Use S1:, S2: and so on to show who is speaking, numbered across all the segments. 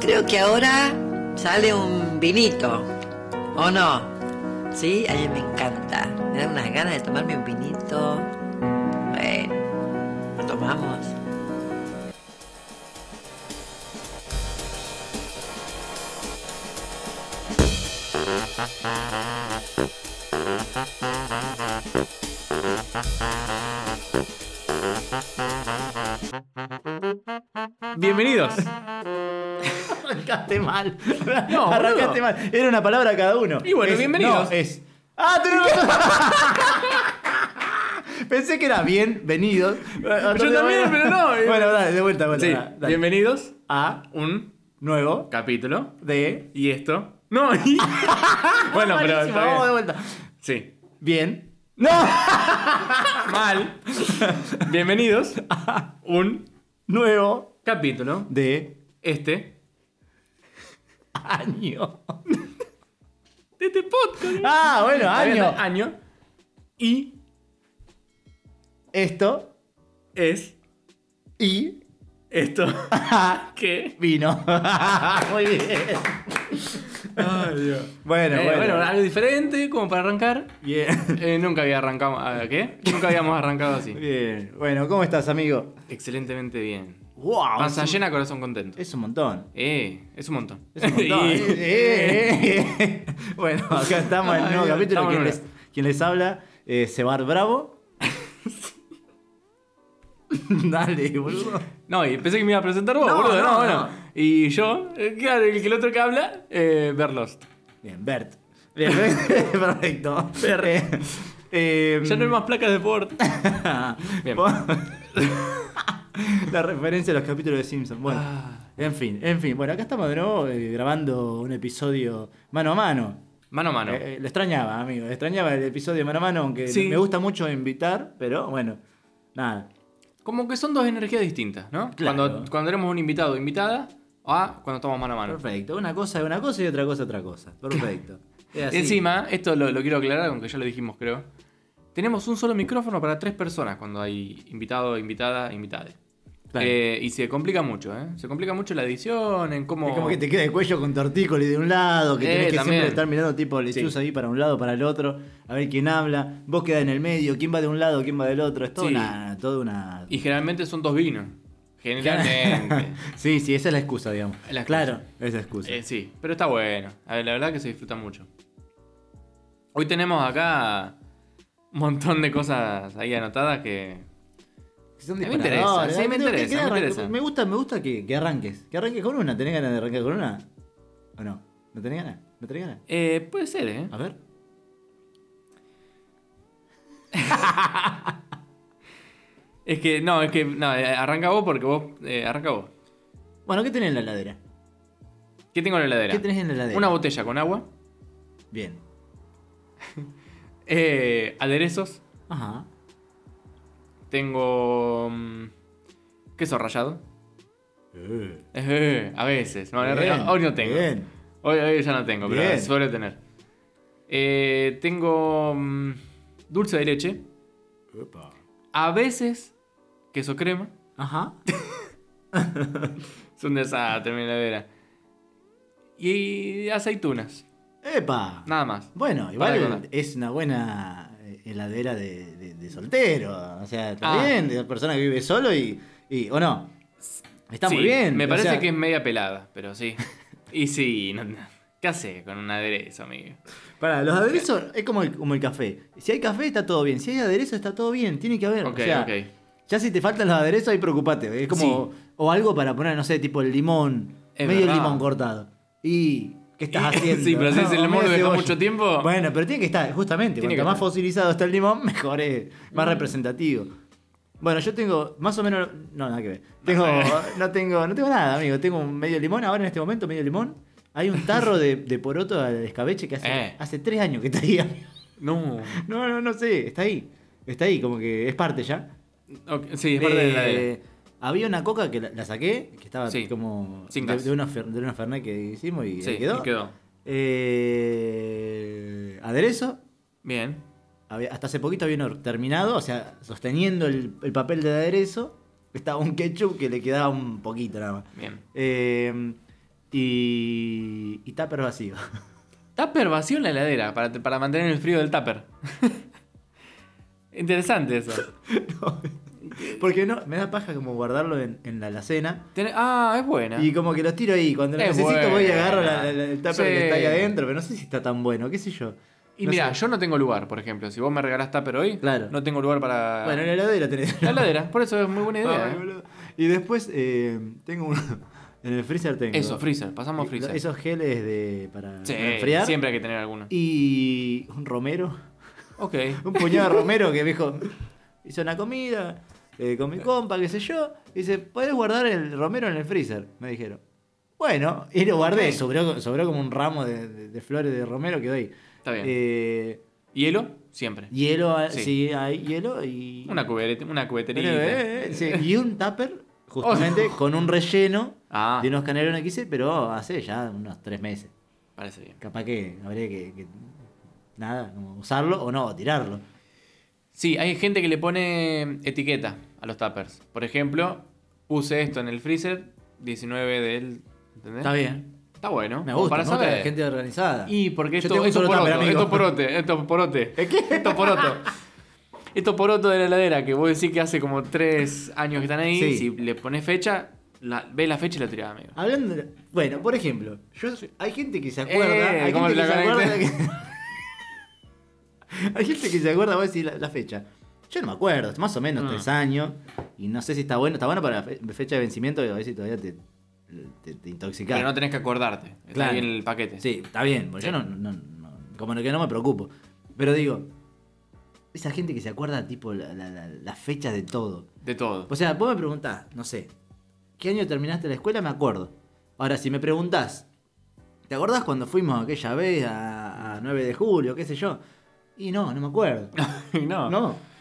S1: Creo que ahora sale un vinito, ¿o no? Sí, a mí me encanta. Me da unas ganas de tomarme un vinito. Bueno, lo tomamos.
S2: Bienvenidos.
S3: Arrancaste mal.
S2: No,
S3: Arrancaste
S2: boludo.
S3: mal. Era una palabra cada uno.
S2: Y bueno,
S3: Es-
S2: bienvenidos.
S3: No, es. ¡Ah, tenemos. Pensé que era bienvenidos.
S2: Yo también, pero no. eh.
S3: Bueno, dale, de vuelta, de vuelta.
S2: Sí,
S3: dale.
S2: bienvenidos
S3: A
S2: un
S3: nuevo
S2: capítulo.
S3: de.
S2: Y esto. No, y- Bueno, pero
S3: Buenísimo,
S2: está
S3: vamos de
S2: bien.
S3: vuelta.
S2: Sí.
S3: Bien.
S2: Mal. Bienvenidos a un
S3: Nuevo
S2: capítulo.
S3: de
S2: Este.
S3: año.
S2: De este podcast.
S3: Ah, bueno, año.
S2: Año. Y
S3: Esto
S2: es
S3: y
S2: esto. ¿Qué?
S3: vino. Muy bien.
S2: Ay, Dios.
S3: Bueno,
S2: Eh,
S3: bueno.
S2: bueno, algo diferente, como para arrancar.
S3: Bien.
S2: Eh, nunca había arrancado. ¿a ¿Qué? Nunca habíamos arrancado así.
S3: Bien. Bueno, ¿cómo estás, amigo?
S2: Excelentemente bien.
S3: ¡Wow!
S2: Panza
S3: es un-
S2: llena, corazón contento.
S3: Es un montón.
S2: Eh, es un montón.
S3: Es un montón.
S2: Y-
S3: Eh, eh, eh. Bueno, acá estamos en el nuevo
S2: Ay,
S3: capítulo.
S2: estamos en
S3: Quien
S2: una.
S3: les, quien les habla, eh, Sebar Bravo. Dale, boludo.
S2: No, y pensé que me iba a presentar vos,
S3: No,
S2: boludo.
S3: no,
S2: No, bueno.
S3: no.
S2: Y yo, eh, claro, el que el otro que habla, eh, Verlost.
S3: Bien, Bert. Bien, perfecto. Eh, eh,
S2: Ya no hay más placas de Ford. Bien.
S3: La referencia a los capítulos de Simpson. Bueno,
S2: Ah.
S3: en fin, en fin. Bueno, acá estamos de nuevo eh, grabando un episodio mano a mano.
S2: Mano a mano.
S3: Eh, eh, lo extrañaba, amigo. Lo extrañaba el episodio de mano a mano, aunque
S2: Sí.
S3: me gusta mucho invitar, pero bueno, nada.
S2: Como que son dos energías distintas, ¿no?
S3: eh. Claro.
S2: Cuando, cuando tenemos un invitado o invitada, a cuando estamos mano a mano.
S3: Perfecto. Una cosa es una cosa y otra cosa es otra cosa. Perfecto. Es así.
S2: Encima, esto lo, lo quiero aclarar, aunque ya lo dijimos, creo. Tenemos un solo micrófono para tres personas cuando hay invitado, invitada, invitade.
S3: Claro.
S2: Eh, y se complica mucho, ¿eh? Se complica mucho la edición, en cómo.
S3: Es como que te queda el cuello con tortícolis de un lado, que
S2: Eh,
S3: tenés que
S2: también.
S3: siempre estar mirando tipo lechuz
S2: Sí.
S3: ahí para un lado, para el otro, a ver quién habla, vos quedás en el medio, quién va de un lado, quién va del otro, es toda
S2: Sí.
S3: una... Toda una...
S2: Y generalmente son dos vinos. Generalmente.
S3: Sí, sí, esa es la excusa, digamos.
S2: La excusa.
S3: Claro, esa es la excusa.
S2: Eh, sí, pero está bueno. A ver, la verdad que se disfruta mucho. Hoy tenemos acá un montón de cosas ahí anotadas que.
S3: Son
S2: me
S3: disparadores,
S2: interesa,
S3: ¿eh?
S2: sí, me
S3: Tengo que-
S2: interesa,
S3: que
S2: me
S3: arranque-
S2: interesa.
S3: Me gusta, me gusta que, que arranques. Que arranques con una. ¿Tenés ganas de arrancar con una? ¿O no? ¿No tenés ganas? ¿No tenés ganas?
S2: Eh, puede ser, ¿eh?
S3: A ver.
S2: Es que, no, es que, no, eh, arranca vos porque vos. eh, arranca vos.
S3: Bueno, ¿qué tenés en la heladera?
S2: ¿Qué tengo en la heladera?
S3: ¿Qué tenés en la heladera?
S2: Una botella con agua,
S3: Bien.
S2: eh, aderezos,
S3: Ajá.
S2: tengo. mm, queso rallado.
S3: Eh,
S2: Eh, a veces, no, en
S3: bien,
S2: realidad hoy no tengo.
S3: Bien.
S2: Hoy, hoy ya no tengo, pero
S3: Bien.
S2: suelo tener. Eh, tengo mm, dulce de leche.
S3: Epa.
S2: A veces queso crema.
S3: Ajá.
S2: Es un desastre, mi heladera. Y aceitunas.
S3: Epa.
S2: Nada más.
S3: Bueno,
S2: Para de
S3: igual
S2: contar.
S3: es una buena eh, heladera de, de- de soltero. O sea, está
S2: Ah.
S3: bien, de persona que vive solo y. y- ¿O no? Está muy
S2: Sí,
S3: bien.
S2: Me
S3: o
S2: parece
S3: sea,
S2: que es media pelada, pero sí. y sí, no- no. ¿qué hace con un aderezo, amigo?
S3: Para, los aderezos es como el, como el café. Si hay café está todo bien, si hay aderezo está todo bien, tiene que haber.
S2: Ok,
S3: o sea,
S2: ok.
S3: Ya si te faltan los aderezos ahí preocupate. Es como o algo para poner, no sé, tipo el limón,
S2: Es
S3: medio
S2: verdad.
S3: limón cortado. Y ¿qué estás
S2: Y-
S3: haciendo?
S2: sí, pero si ese
S3: O
S2: limón
S3: medio
S2: lo dejás
S3: cebolla.
S2: mucho tiempo.
S3: Bueno, pero tiene que estar, justamente,
S2: Tiene
S3: cuanto
S2: que
S3: más
S2: estar. Mm.
S3: fosilizado está el limón, mejor es, más representativo. Bueno, yo tengo más o menos no nada que ver. Tengo no tengo no tengo nada, amigo, tengo un medio limón ahora en este momento, medio limón. Hay un tarro de, de poroto al escabeche que hace,
S2: Eh.
S3: hace tres años que está ahí. amigo.
S2: No.
S3: No, no, no sé, está ahí. Está ahí, como que es parte ya.
S2: Ok, Sí, es parte de la heladera.
S3: Eh, Había una coca que la, la saqué, que estaba
S2: Sí.
S3: como
S2: Sin
S3: de,
S2: gas.
S3: de una fer- de una fernet que hicimos y
S2: Sí,
S3: ahí quedó.
S2: y quedó.
S3: Eh, aderezo.
S2: Bien.
S3: Había- hasta hace poquito había uno terminado, o sea, sosteniendo el, el papel de aderezo, estaba un ketchup que le quedaba un poquito nada más.
S2: Bien.
S3: Eh, y, y tupper vacío.
S2: Tupper vacío en la heladera para, para mantener el frío del tupper. Interesante eso.
S3: Porque no, me da paja como guardarlo en, en la alacena.
S2: Tenés- ah, es buena.
S3: Y como que lo tiro ahí. Cuando lo
S2: Es
S3: necesito voy y
S2: buena.
S3: agarro la- la- la- el tupper
S2: Sí.
S3: que está ahí adentro. Pero no sé si está tan bueno, qué sé yo.
S2: Y
S3: No
S2: mira,
S3: sé.
S2: yo no tengo lugar, por ejemplo. Si vos me regalás tupper hoy,
S3: Claro.
S2: no tengo lugar para
S3: Bueno, en la heladera tenés.
S2: la heladera. Por eso es muy buena idea.
S3: Ay,
S2: ¿eh?
S3: boludo. Y después eh, tengo uno. En el freezer tengo.
S2: Eso, freezer. Pasamos a
S3: Y-
S2: freezer.
S3: Esos geles de, para
S2: sí,
S3: enfriar.
S2: siempre hay que tener alguno.
S3: Y un romero.
S2: Ok.
S3: Un puñado de romero que me dijo: Hice una comida eh, con mi compa, qué sé yo. Y dice: ¿Podés guardar el romero en el freezer? Me dijeron. Bueno, y lo guardé. Sobró, sobró como un ramo de, de- de flores de romero que doy.
S2: Está bien.
S3: Eh,
S2: Hielo, siempre.
S3: hielo, ah,
S2: Sí.
S3: sí. hay hielo y.
S2: Una cubete, una cubetería.
S3: Pero, eh, eh, sí, Y un tupper, justamente, con un relleno
S2: Oh. Ah,
S3: de unos canelones que hice, pero hace ya unos tres meses.
S2: parece bien.
S3: Capaz que habría que, que- nada, como usarlo o no, tirarlo.
S2: Sí, hay gente que le pone etiqueta a los tuppers. Por ejemplo, puse esto en el freezer, 19 del. ¿Entendés?
S3: Está bien.
S2: Está bueno.
S3: Me
S2: como
S3: gusta,
S2: para
S3: me gusta
S2: saber.
S3: la gente organizada.
S2: Y porque
S3: Yo
S2: esto,
S3: tengo un
S2: esto
S3: solo
S2: poroto,
S3: tupper, amigo.
S2: esto porote, esto porote. Esto poroto. Esto poroto de la heladera que vos decís que hace como tres años que están ahí.
S3: Sí. Ah,
S2: Si le pones fecha, la, ves la fecha y la tirás, amigo.
S3: Hablando de- bueno, por ejemplo, yo, hay gente que se acuerda,
S2: Eh,
S3: hay
S2: ¿cómo
S3: gente que
S2: la
S3: se acuerda
S2: conecté?
S3: que- hay gente que se acuerda, voy a decir la, la fecha. Yo no me acuerdo, es más o menos
S2: Ah.
S3: tres años. Y no sé si está bueno, está bueno para la fe- fecha de vencimiento, a ver si todavía te, te, te intoxicás.
S2: Pero no tenés que acordarte. Está
S3: Claro.
S2: ahí en el paquete.
S3: Sí, está bien, porque
S2: Sí.
S3: yo no, no- no- como que no me preocupo. Pero digo, esa gente que se acuerda tipo la, la- la- la fecha de todo.
S2: De todo.
S3: O sea, vos me preguntás, no sé, ¿qué año terminaste la escuela? Me acuerdo. Ahora, si me preguntás, ¿te acordás cuando fuimos aquella vez a, a 9 de julio, qué sé yo? Y no, no me acuerdo.
S2: no.
S3: Pues, No.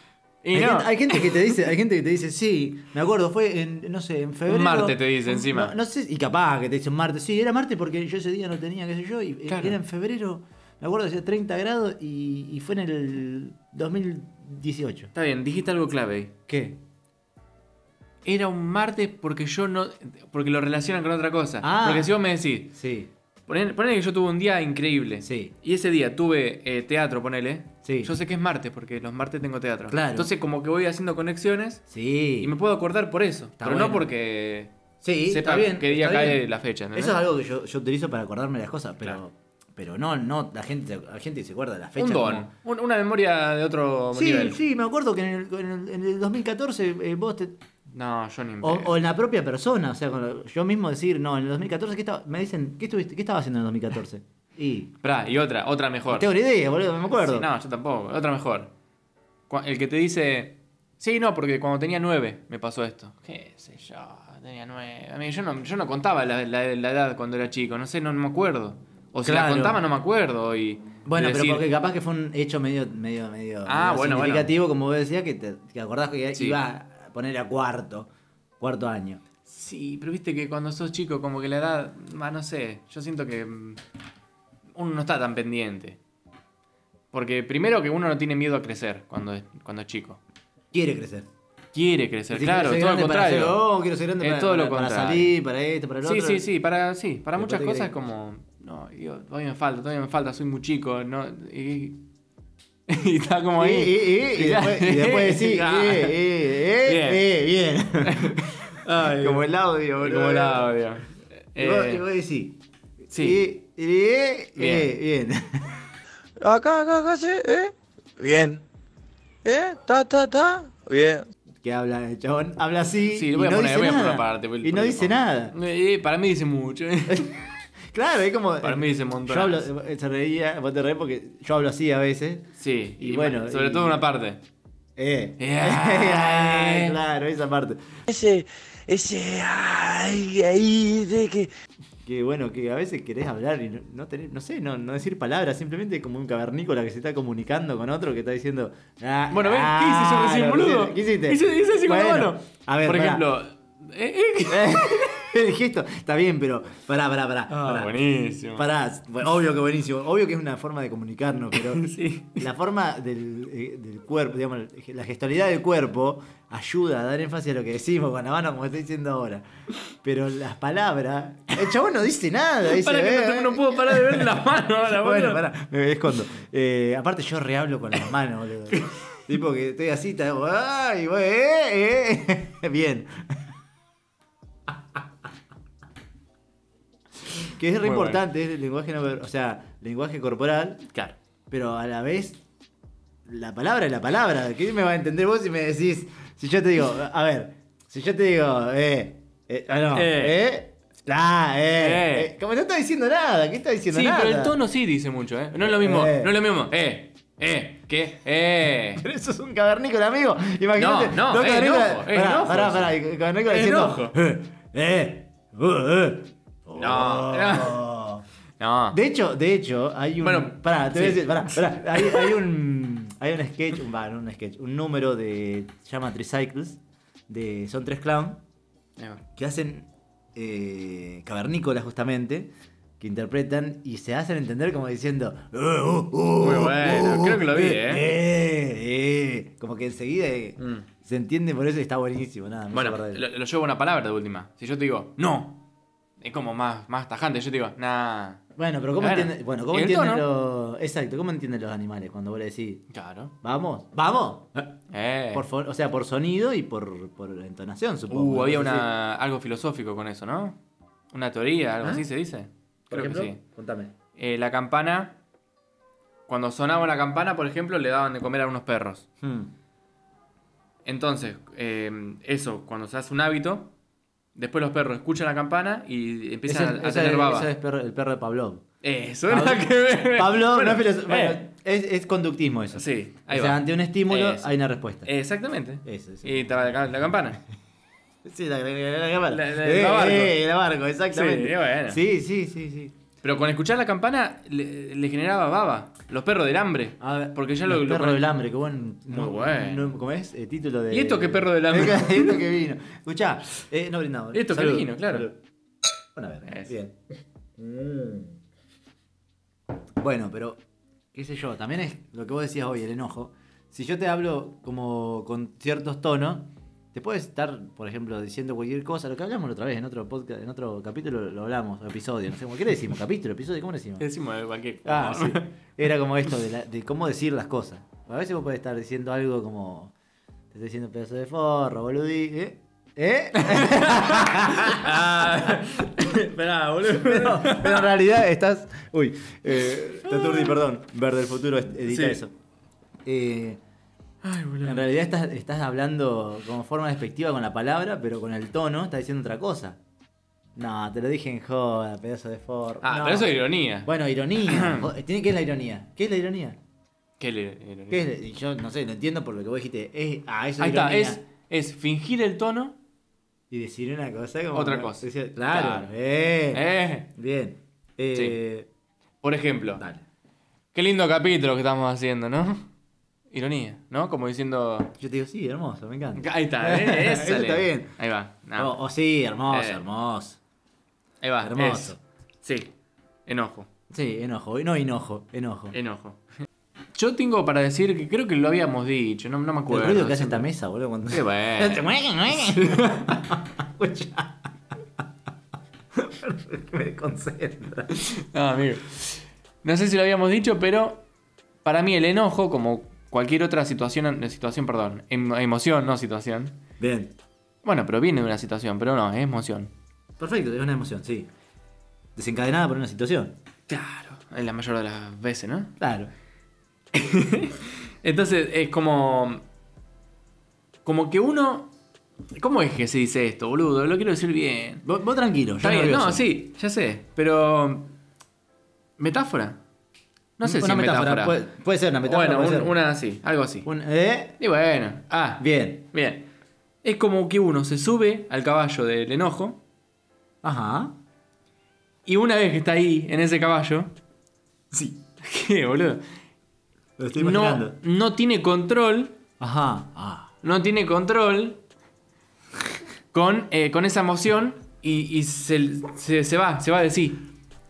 S2: Y
S3: hay,
S2: no.
S3: Gente, hay gente que te dice, hay gente que te dice, sí, me acuerdo, fue en, no sé, en febrero.
S2: Un martes te dice encima.
S3: No, no sé, y capaz que te dicen martes, sí, era martes porque yo ese día no tenía, qué sé yo, y eh,
S2: Claro.
S3: era en febrero, me acuerdo, hacía 30 grados y, y fue en el 2018.
S2: Está bien, dijiste algo clave ahí.
S3: ¿Qué?
S2: Era un martes porque yo no. Porque lo relacionan con otra cosa.
S3: Ah.
S2: Porque si vos me decís,
S3: Sí,
S2: Poner que yo tuve un día increíble.
S3: Sí.
S2: Y ese día tuve eh, teatro, ponele.
S3: Sí.
S2: Yo sé que es martes, porque los martes tengo teatro.
S3: Claro.
S2: Entonces, como que voy haciendo conexiones
S3: sí.
S2: y me puedo acordar por eso.
S3: Está
S2: pero no
S3: bueno.
S2: porque
S3: Sí,
S2: sepa
S3: está bien.
S2: qué día
S3: está
S2: cae
S3: bien.
S2: la fecha. ¿entendés?
S3: Eso es algo que yo, yo utilizo para acordarme las cosas, pero,
S2: Claro.
S3: pero no, no, la gente, la gente se acuerda de la fecha.
S2: un don.
S3: como-
S2: un- una memoria de otro
S3: Sí,
S2: nivel.
S3: sí, me acuerdo que en el, en el- en el 2014 eh, vos te,
S2: No, yo ni en
S3: O,
S2: pedo.
S3: o en la propia persona, o sea, con lo- yo mismo decir, no, en el 2014, ¿qué estaba? Me dicen, ¿qué, estuviste, ¿qué estaba haciendo en el 2014? Y.
S2: Pará, y otra, otra mejor.
S3: No tengo ni idea, boludo, no me acuerdo.
S2: Sí, no, yo tampoco. Otra mejor. Cu- El que te dice. Sí, no, porque cuando tenía nueve me pasó esto. ¿Qué sé yo? Tenía nueve. A mí, yo, no, yo no contaba la, la- la edad cuando era chico, no sé, no, no me acuerdo. O si la
S3: Claro.
S2: contaba, no me acuerdo. Y
S3: Bueno,
S2: decir,
S3: pero porque capaz que fue un hecho medio, medio, medio,
S2: Ah, bueno,
S3: medio
S2: bueno.
S3: significativo, como vos decías, que te que acordás que
S2: Sí.
S3: iba a poner a cuarto, cuarto año.
S2: Sí, pero viste que cuando sos chico, como que la edad. ah, no sé, yo siento que. mm, Uno no está tan pendiente. Porque primero que uno no tiene miedo a crecer cuando es, cuando es chico.
S3: Quiere crecer.
S2: Quiere crecer,
S3: Decir,
S2: claro,
S3: quiero ser
S2: todo lo
S3: grande para
S2: contrario.
S3: ser- oh, quiero ser grande
S2: Es
S3: para,
S2: todo lo
S3: para- para
S2: contrario.
S3: salir, para esto, para lo
S2: Sí,
S3: otro.
S2: sí, sí, para, sí, para
S3: Después
S2: muchas
S3: te
S2: cosas
S3: crees.
S2: como, no, yo, todavía me falta, todavía me falta, soy muy chico, no, y, y está como
S3: Y,
S2: ahí.
S3: y- y- y
S2: Ya.
S3: después, y después decís,
S2: Ah.
S3: eh, eh, eh, eh, bien.
S2: Ay,
S3: como el audio,
S2: como
S3: boludo.
S2: el audio.
S3: Y vos,
S2: Eh,
S3: y vos decís.
S2: sí.
S3: Y- y-
S2: Bien.
S3: eh, bien.
S4: Acá, acá, acá, sí, ¿eh? Bien. ¿Eh? Ta, ta, ta. Bien.
S3: Que habla el chabón. Habla así.
S2: Sí,
S3: y
S2: le voy a
S3: no
S2: poner,
S3: dice
S2: voy a poner
S3: nada.
S2: una parte. voy-
S3: Y no
S2: porque-
S3: dice nada.
S2: Eh, para mí dice mucho.
S3: Claro, es como.
S2: Para mí dice un montón.
S3: Yo hablo, eh, se reía, vos te reís porque yo hablo así a veces.
S2: Sí,
S3: Y bueno,
S2: sobre
S3: y-
S2: todo una parte.
S3: Eh.
S2: Yeah.
S3: claro, esa parte.
S4: Ese, ese, ay, ahí, de que...
S3: Que bueno, que a veces querés hablar y no, no tener, no sé, no, no decir palabras, simplemente como un cavernícola que se está comunicando con otro que está diciendo. ah,
S2: Bueno, ven, ¿qué hice yo
S3: ah,
S2: recién,
S3: lo
S2: boludo?
S3: ¿Qué hiciste?
S2: Hice, hice así con la
S3: Bueno,
S2: mano.
S3: A ver,
S2: Por
S3: pará.
S2: ejemplo, eh, eh,
S3: el gesto. Está bien, pero pará, pará,
S2: Ah,
S3: pará. pará.
S2: buenísimo.
S3: Ah, Pará, bueno, obvio que buenísimo, obvio que es una forma de comunicarnos, pero
S2: Sí.
S3: la forma del, eh, del cuerpo, digamos, la gestualidad del cuerpo ayuda a dar énfasis a lo que decimos, Guanabana, como estoy diciendo ahora. Pero las palabras, el chabón no dice nada, dice,
S2: Para que no,
S3: "Eh,
S2: tengo-
S3: eh".
S2: no puedo parar de ver la mano ahora,
S3: Bueno,
S2: Ah, boludo.
S3: pará, me escondo. Eh, aparte yo rehablo con las manos, boludo. tipo que estoy así, está, ay, güey, eh, eh". Bien. que es re
S2: Muy bueno.
S3: importante, es el lenguaje no ver- o sea, lenguaje corporal,
S2: Claro.
S3: pero a la vez la palabra es la palabra. ¿Qué me va a entender vos si me decís, si yo te digo, a ver, si yo te digo, eh, eh, ah, no,
S2: Eh.
S3: eh, ah, eh,
S2: Eh.
S3: eh, como no está diciendo nada, ¿qué está diciendo
S2: Sí,
S3: nada?
S2: pero el tono sí dice mucho, ¿eh? No es lo mismo,
S3: Eh.
S2: no es lo mismo. Eh, eh, ¿qué? Eh.
S3: Pero eso es un cavernícola, amigo. Imagínate.
S2: No, no,
S3: dos
S2: es
S3: cavernícolas-
S2: enojo, es
S3: pará,
S2: enojo
S3: Pará,
S2: eso.
S3: pará, y el cavernícola
S2: Es
S3: diciendo.
S2: enojo.
S3: Eh, eh, uh, eh. Oh.
S2: No. No.
S3: De hecho, de hecho, hay un.
S2: Bueno,
S3: pará, te voy a
S2: sí.
S3: decir, pará, pará. Hay, hay un. Hay un sketch, un, va, no un sketch, un número de. Se llama Tricycles. De, son tres clowns
S2: Ahí va.
S3: que hacen eh, cavernícolas justamente, que interpretan y se hacen entender como diciendo... "Uh, uh, uh,
S2: Muy bueno,
S3: uh,
S2: creo que lo vi, eh".
S3: eh, eh". Como que enseguida eh,
S2: Mm.
S3: se entiende por eso y está buenísimo, nada, me
S2: Bueno,
S3: hizo acordar.
S2: lo, lo llevo una palabra de última. Si yo te digo, no, es como más, más tajante. Yo te digo, nah.
S3: Bueno, pero ¿cómo
S2: Claro.
S3: entienden bueno, ¿cómo
S2: Y el
S3: entienden
S2: tono.
S3: los... Exacto, ¿cómo entienden los animales cuando vos le decís,
S2: Claro.
S3: vamos, vamos?
S2: Eh.
S3: Por, fo- o sea, por sonido y por, por entonación, supongo.
S2: uh, había
S3: No sé si-
S2: una, algo filosófico con eso, ¿no? Una teoría, algo
S3: ¿Ah?
S2: así se dice.
S3: ¿Por
S2: Creo que
S3: ejemplo?
S2: sí.
S3: Contame.
S2: Eh, la campana, cuando sonaba una campana, por ejemplo, le daban de comer a unos perros.
S3: Hmm.
S2: Entonces, eh, eso, cuando se hace un hábito, después los perros escuchan la campana y
S3: Ese-
S2: empiezan a- a,
S3: esa es-
S2: tener baba.
S3: esa es perro- el perro de Pablo.
S2: Eso es
S3: Pablo-
S2: lo que ve.
S3: Pablo,
S2: Bueno,
S3: no es filoso-
S2: eh,
S3: bueno, es, es conductismo eso.
S2: Sí, ahí
S3: o sea,
S2: va.
S3: ante un estímulo
S2: Eso.
S3: hay una respuesta.
S2: Exactamente.
S3: Eso, Eh, sí.
S2: Y estaba la, la campana.
S3: sí, la, la, la- la- la-
S2: La- la-
S3: eh,
S2: la barco.
S3: eh, la barco, exactamente.
S2: Sí, bueno.
S3: sí, sí, sí, sí.
S2: Pero con escuchar la campana le, le generaba baba. Los perros del hambre.
S3: A ver,
S2: porque ya
S3: Ah, los
S2: lo, lo-
S3: perros del hambre, qué buen.
S2: Muy bueno.
S3: no- ¿Cómo es? Eh, título de.
S2: ¿Y esto qué perro del hambre?
S3: ¿Y esto qué vino? Escuchá, eh, no brindamos.
S2: Esto qué
S3: Salud.
S2: vino, claro.
S3: Salud. Bueno, a ver,
S2: Eso.
S3: bien. Mm. Bueno, pero, qué sé yo, también es lo que vos decías hoy, el enojo. Si yo te hablo como con ciertos tonos, te puedes estar, por ejemplo, diciendo cualquier cosa, lo que hablamos la otra vez en otro podcast, en otro capítulo lo hablamos, episodio, no sé, ¿cómo- ¿qué le decimos? ¿Capítulo, episodio? ¿Cómo le decimos?
S2: Decimos de cualquier
S3: Ah, sí. Era como esto de, la- de cómo decir las cosas. A veces vos podés estar diciendo algo como. Te estoy diciendo pedazo de forro, boludí. ¿Eh? ¿Eh?
S2: Ah. Esperá, boludo.
S3: pero, pero en realidad estás. Uy, eh, Taturdi, perdón. Ver del futuro ed- edita
S2: Sí.
S3: eso. Eh, en realidad estás, estás hablando como forma despectiva con la palabra, pero con el tono estás diciendo otra cosa. No, te lo dije en joda, pedazo de forro.
S2: Ah,
S3: No.
S2: pero eso es ironía.
S3: Bueno, ironía. Jo- Tiene que es la ironía. ¿Qué es la ironía?
S2: ¿Qué le- ironía?
S3: ¿Qué es? Y Yo no sé, lo entiendo por lo que vos dijiste. Es, ah, eso
S2: Ahí
S3: es
S2: está,
S3: ironía.
S2: es, es fingir el tono.
S3: Y decir una cosa como...
S2: Otra cosa.
S3: Decir- claro.
S2: Claro.
S3: Eh.
S2: Eh.
S3: Bien. Eh,
S2: Por ejemplo,
S3: Dale.
S2: qué lindo capítulo que estamos haciendo, ¿no? Ironía, ¿no? Como diciendo.
S3: Yo te digo, sí, hermoso, me encanta.
S2: Ahí está, ¿eh?
S3: Eso
S2: Ésale.
S3: está bien.
S2: Ahí va. nah.
S3: O, o sí, hermoso,
S2: Eh.
S3: hermoso.
S2: Ahí va.
S3: Hermoso.
S2: es. Sí. Enojo.
S3: Sí, enojo. No, enojo, enojo.
S2: Enojo. Yo tengo para decir que creo que lo habíamos dicho, no, no me acuerdo.
S3: el ruido que hace esta mesa, boludo. Cuando...
S2: Qué bueno.
S3: ¡Te mueven, mueven! Escucha. me concentra.
S2: No, amigo. No sé si lo habíamos dicho, pero para mí el enojo, como cualquier otra situación, eh, situación, perdón, em- emoción, no situación.
S3: Bien.
S2: Bueno, pero viene de una situación, pero no, es emoción.
S3: Perfecto, es una emoción, sí. Desencadenada por una situación.
S2: Claro, es la mayor de las veces, ¿no?
S3: Claro.
S2: Entonces es como. Como que uno. ¿Cómo es que se dice esto, boludo? Lo quiero decir bien.
S3: Vos, vos tranquilo,
S2: Está
S3: yo
S2: bien,
S3: nervioso.
S2: no, sí, ya sé. Pero. ¿Metáfora? No sé si es metáfora.
S3: Puede, puede ser una metáfora.
S2: bueno,
S3: puede
S2: un-
S3: ser.
S2: una así, algo así.
S3: Un- ¿eh?
S2: Y bueno, ah, bien.
S3: Bien.
S2: bien. Es como que uno se sube al caballo del enojo
S3: Ajá.
S2: y una vez que está ahí, en ese caballo.
S3: Sí.
S2: ¿Qué, boludo?
S3: Lo estoy
S2: No,
S3: imaginando.
S2: no tiene control
S3: Ajá. Ah.
S2: no tiene control con, eh, con esa emoción y, y se, se- se va, se va de sí.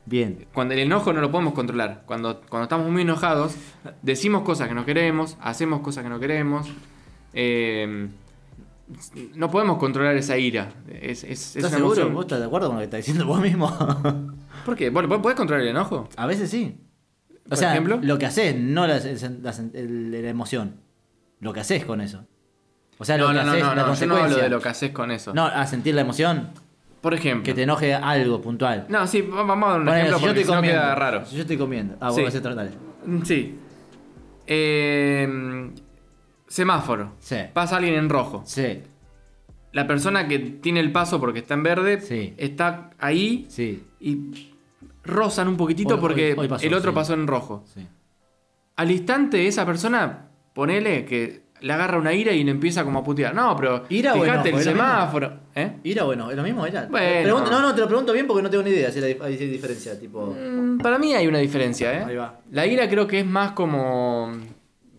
S3: Bien.
S2: Cuando el enojo no lo podemos controlar. Cuando, cuando estamos muy enojados, decimos cosas que no queremos, hacemos cosas que no queremos. eh, no podemos controlar esa ira. Es, es, es
S3: ¿Estás
S2: una
S3: seguro?
S2: emoción.
S3: ¿Vos estás de acuerdo con lo que estás diciendo vos mismo?
S2: ¿Por qué? Bueno, ¿po- ¿Podés controlar el enojo?
S3: a veces sí. O
S2: Por
S3: sea,
S2: ejemplo.
S3: lo que haces, no la, sen- la sen- el- la emoción. Lo que haces con eso. O sea, lo
S2: No,
S3: que
S2: no, no,
S3: haces,
S2: no, no, yo
S3: la
S2: no hablo
S3: consecuencia.
S2: de lo que haces con eso.
S3: No, a sentir la emoción,
S2: Por ejemplo.
S3: que te enoje algo puntual.
S2: No, sí, va- vamos a dar un
S3: Ponele,
S2: ejemplo
S3: si yo
S2: porque
S3: estoy
S2: si no
S3: comiendo.
S2: queda raro.
S3: Si yo estoy comiendo. Ah, vos
S2: Sí.
S3: vas a tratar.
S2: Mm, Sí. Eh, semáforo.
S3: Sí.
S2: Pasa alguien en rojo.
S3: Sí,
S2: La persona que tiene el paso porque está en verde
S3: Sí.
S2: está ahí
S3: sí,
S2: y rozan un poquitito
S3: Hoy-
S2: porque
S3: hoy- hoy pasó,
S2: el otro
S3: sí.
S2: pasó en rojo.
S3: sí.
S2: Al instante esa persona, ponele que le agarra una ira y le empieza como a putear. No, pero
S3: ¿Ira o
S2: fíjate el
S3: enojo? ¿Es lo mismo?
S2: semáforo. ¿Eh?
S3: Ira, bueno, es lo mismo, ira.
S2: Bueno.
S3: Pregunta- no, no, te lo pregunto bien porque no tengo ni idea si la dif- hay diferencia, tipo.
S2: Mm, Para mí hay una diferencia, ¿eh?
S3: Ahí va.
S2: La ira creo que es más como.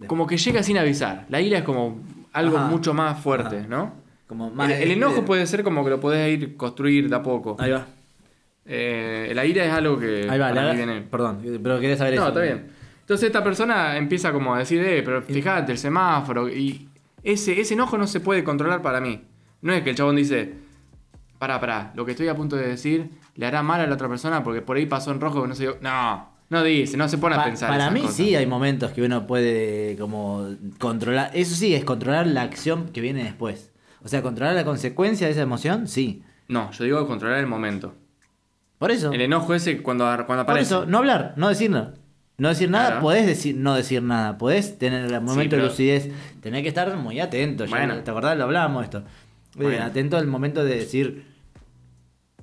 S2: como que llega sin avisar. La ira es como algo
S3: Ajá.
S2: mucho más fuerte,
S3: Ajá.
S2: ¿no?
S3: Como más
S2: El, el enojo
S3: de-
S2: puede ser como que lo podés ir construir de a poco.
S3: Ahí va.
S2: Eh, la ira es algo que.
S3: Ahí va,
S2: para
S3: la-
S2: mí viene-
S3: Perdón, pero quería saber eso.
S2: No, está bien. Entonces esta persona empieza como a decir, eh, pero fíjate, el semáforo. Y ese, ese enojo no se puede controlar para mí. No es que el chabón dice, pará, pará, lo que estoy a punto de decir le hará mal a la otra persona porque por ahí pasó en rojo, no sé yo. No, no dice, no se pone a
S3: Pa-
S2: pensar.
S3: para
S2: esas
S3: mí
S2: cosas.
S3: sí hay momentos que uno puede como controlar. Eso sí, es controlar la acción que viene después. O sea, controlar la consecuencia de esa emoción, sí.
S2: No, yo digo controlar el momento.
S3: Por eso.
S2: El enojo ese cuando, cuando
S3: Por
S2: aparece.
S3: eso, no hablar, no decir nada. No decir nada,
S2: Claro.
S3: podés decir, no decir nada, podés tener el momento
S2: pero-
S3: de lucidez, tenés que estar muy atento, ya,
S2: Bueno.
S3: ¿te acordás? Lo hablábamos esto. Eh,
S2: Bueno.
S3: atento al momento de decir.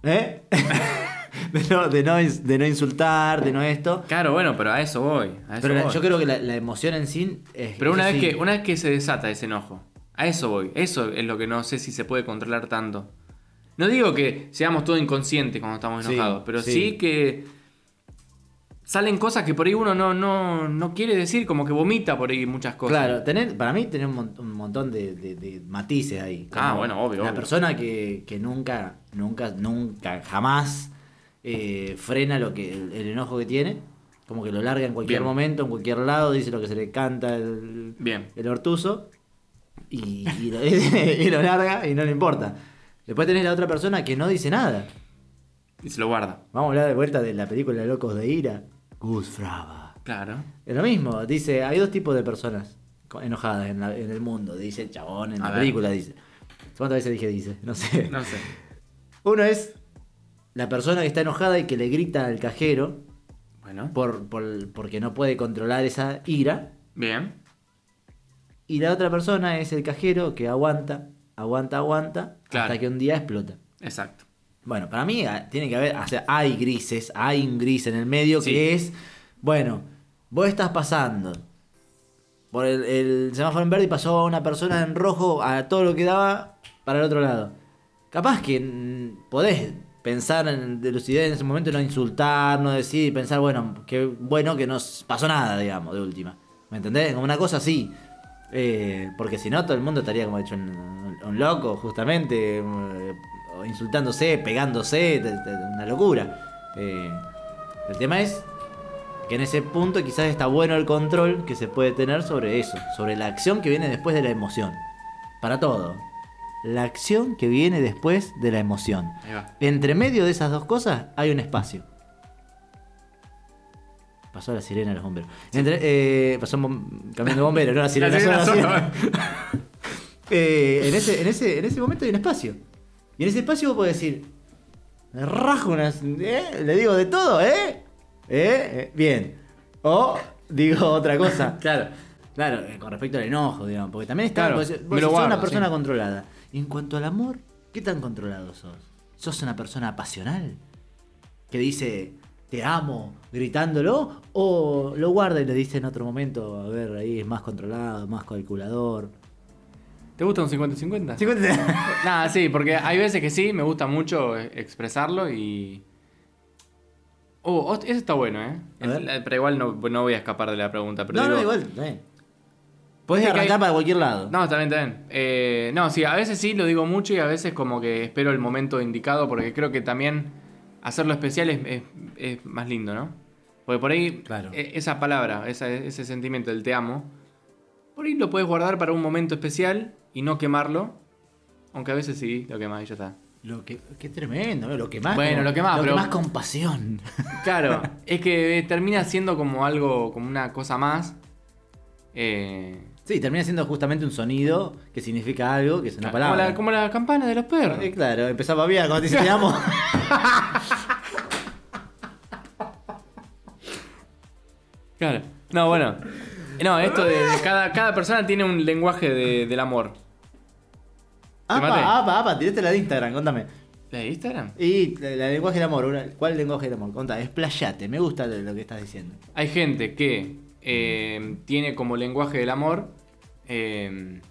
S3: ¿Eh? de, no, de, no, ins- de no insultar, de no esto.
S2: Claro, bueno, pero a eso voy. a eso
S3: Pero la-
S2: voy.
S3: yo creo que la, la emoción en sí es.
S2: Pero una
S3: eso
S2: vez,
S3: sí.
S2: que, una vez que se desata ese enojo, a eso voy. Eso es lo que no sé si se puede controlar tanto. No digo que seamos todos inconscientes cuando estamos
S3: Sí,
S2: enojados, pero sí.
S3: sí.
S2: que salen cosas que por ahí uno no, no, no quiere decir, como que vomita por ahí muchas cosas.
S3: Claro, tener, para mí tenés un, mon- un montón de, de- de matices ahí.
S2: Ah, bueno, obvio,
S3: La
S2: obvio.
S3: persona que, que nunca, nunca, nunca, jamás eh, frena lo que el, el enojo que tiene, como que lo larga en cualquier
S2: Bien.
S3: momento, en cualquier lado, dice lo que se le canta el,
S2: Bien.
S3: el ortuzo y, y lo, y lo larga y no le importa. Después tenés la otra persona que no dice nada.
S2: Y se lo guarda.
S3: Vamos a hablar de vuelta de la película Locos de Ira. Gus Fraba.
S2: Claro.
S3: Es lo mismo, dice, hay dos tipos de personas co- enojadas en, la- en el mundo, dice el chabón en
S2: A
S3: la
S2: ver.
S3: película, dice. ¿Cuántas veces dije dice? No sé.
S2: No sé.
S3: Uno es la persona que está enojada y que le grita al cajero
S2: Bueno.
S3: por, por- porque no puede controlar esa ira.
S2: Bien.
S3: Y la otra persona es el cajero que aguanta, aguanta, aguanta,
S2: Claro.
S3: hasta que un día explota.
S2: Exacto.
S3: Bueno, para mí ah, tiene que haber, o sea, hay grises, hay un gris en el medio
S2: Sí.
S3: que es, bueno, vos estás pasando por el, el semáforo en verde y pasó una persona en rojo a todo lo que daba para el otro lado. Capaz que mm, podés pensar en de lucidez en ese momento, y no insultar, no decir, y pensar, bueno, qué bueno que no s- pasó nada, digamos, de última. ¿Me entendés? Como una cosa así. Eh, porque si no, todo el mundo estaría como hecho un, un loco, justamente, eh, o insultándose, pegándose, te- te- una locura. Eh, el tema es que en ese punto quizás está bueno el control que se puede tener sobre eso, sobre la acción que viene después de la emoción. Para todo. La acción que viene después de la emoción.
S2: Ahí va.
S3: Entre medio de esas dos cosas hay un espacio. Pasó la sirena de los bomberos. Entre- eh, pasó un bom- camión de bomberos, no la sirena.
S2: La sirena
S3: sola,
S2: sola.
S3: Eh, en, ese, en, ese, en ese momento hay un espacio. Y en ese espacio vos podés decir, me rajo unas... ¿eh? Le digo de todo, ¿eh? ¿Eh? Eh, Bien. O digo otra cosa.
S2: Claro.
S3: Claro, eh, con respecto al enojo, digamos, porque también está.
S2: Claro,
S3: vos vos
S2: me lo
S3: sos
S2: guardo,
S3: una persona
S2: sí.
S3: controlada. Y en cuanto al amor, ¿qué tan controlado sos? ¿Sos una persona pasional? Que dice, te amo, gritándolo, o lo guarda y le dice en otro momento, a ver, ahí es más controlado, más calculador.
S2: ¿Te gusta un 50-50?
S3: Sí, cuéntame.
S2: Nada, sí, porque hay veces que sí, me gusta mucho eh, expresarlo y. Oh, ot- eso está bueno, ¿eh?
S3: A ver.
S2: Es la- Pero igual no, no voy a escapar de la pregunta. Pero
S3: No, no,
S2: digo,
S3: igual. eh.
S2: Viste
S3: Podés
S2: que
S3: arrancar
S2: hay-
S3: para cualquier lado.
S2: No, está bien, está bien. Eh, no, sí, a veces sí lo digo mucho y a veces como que espero el momento indicado porque creo que también hacerlo especial es, es- es más lindo, ¿no? Porque por ahí
S3: Claro.
S2: e- esa palabra, esa- ese sentimiento del te amo, por ahí lo puedes guardar para un momento especial y no quemarlo. Aunque a veces sí, lo quemás y ya está.
S3: Lo que, qué tremendo, ¿no? lo que más.
S2: Bueno, lo que más, pero-
S3: con pasión.
S2: Claro, es que eh, termina siendo como algo, como una cosa más. Eh,
S3: Sí, termina siendo justamente un sonido que significa algo, que es una
S2: como,
S3: palabra.
S2: la, como la campana de los perros.
S3: Eh, claro, empezaba a babear cuando te dice te amo.
S2: Claro. No, bueno. No, esto de de cada, cada persona tiene un lenguaje de- del amor. maté.
S3: apa, apa, apa, tirate la de Instagram, contame.
S2: ¿La de Instagram?
S3: Y la, la lenguaje del amor, una- ¿cuál lenguaje del amor? Contá, explayate, me gusta lo, lo que estás diciendo.
S2: Hay gente que eh, tiene como lenguaje del amor eh,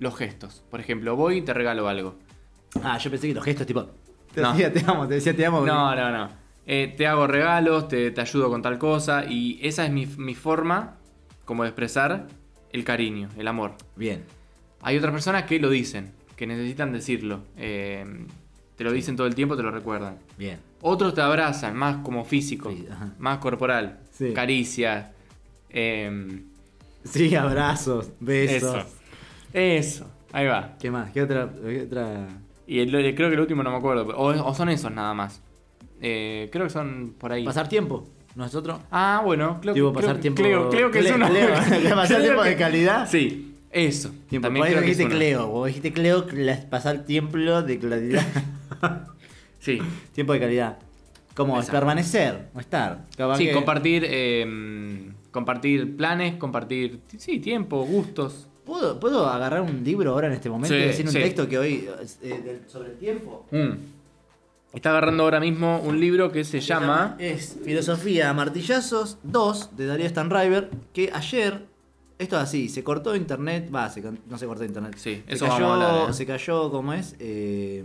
S2: los gestos. Por ejemplo, voy y te regalo algo.
S3: Ah, yo pensé que los gestos tipo. Te
S2: No.
S3: decía te amo, te decía te amo.
S2: No, no, no. Eh, te hago regalos, te, te ayudo con tal cosa y esa es mi, mi forma como de expresar el cariño, el amor.
S3: Bien.
S2: Hay otras personas que lo dicen, que necesitan decirlo. Eh, te lo dicen todo el tiempo, te lo recuerdan.
S3: Bien.
S2: Otros te abrazan, más como físico,
S3: Sí, ajá.
S2: más corporal,
S3: Sí.
S2: caricias. em,
S3: Sí, abrazos, besos.
S2: eso. Eso. Ahí va.
S3: ¿Qué más? ¿Qué otra? qué otra?
S2: Y el- el- creo que el último no me acuerdo. O, o son esos nada más. Eh, creo que son por ahí.
S3: Pasar tiempo. Nosotros.
S2: Ah, bueno. Creo,
S3: Tipo,
S2: que-
S3: pasar
S2: creo-
S3: tiempo-
S2: Creo, creo que es
S3: Cleo,
S2: uno.
S3: Cleo. ¿Pasar
S2: Creo
S3: tiempo
S2: que-
S3: de calidad?
S2: Sí. Eso.
S3: Tiempo.
S2: También
S3: Por ahí
S2: creo
S3: no
S2: que es
S3: dijiste
S2: uno.
S3: Cleo, vos dijiste Cleo, la- pasar tiempo de claridad.
S2: Sí.
S3: tiempo de calidad. Como es
S2: Exacto.
S3: permanecer o estar. Capaz
S2: Sí,
S3: que-
S2: compartir. em, compartir planes, compartir. Sí, tiempo, gustos.
S3: ¿Puedo, ¿Puedo agarrar un libro ahora en este momento
S2: Sí,
S3: y decir un
S2: sí.
S3: texto que hoy eh, del- sobre el tiempo?
S2: Mm. Está agarrando ahora mismo un libro que se llama.
S3: Es Filosofía a Martillazos 2 de Darío Stanriver, que ayer, esto es así, se cortó internet, va, se con- no se cortó internet.
S2: Sí,
S3: se
S2: eso
S3: cayó,
S2: vamos a hablar, ¿eh?
S3: Se cayó, ¿cómo es? Eh,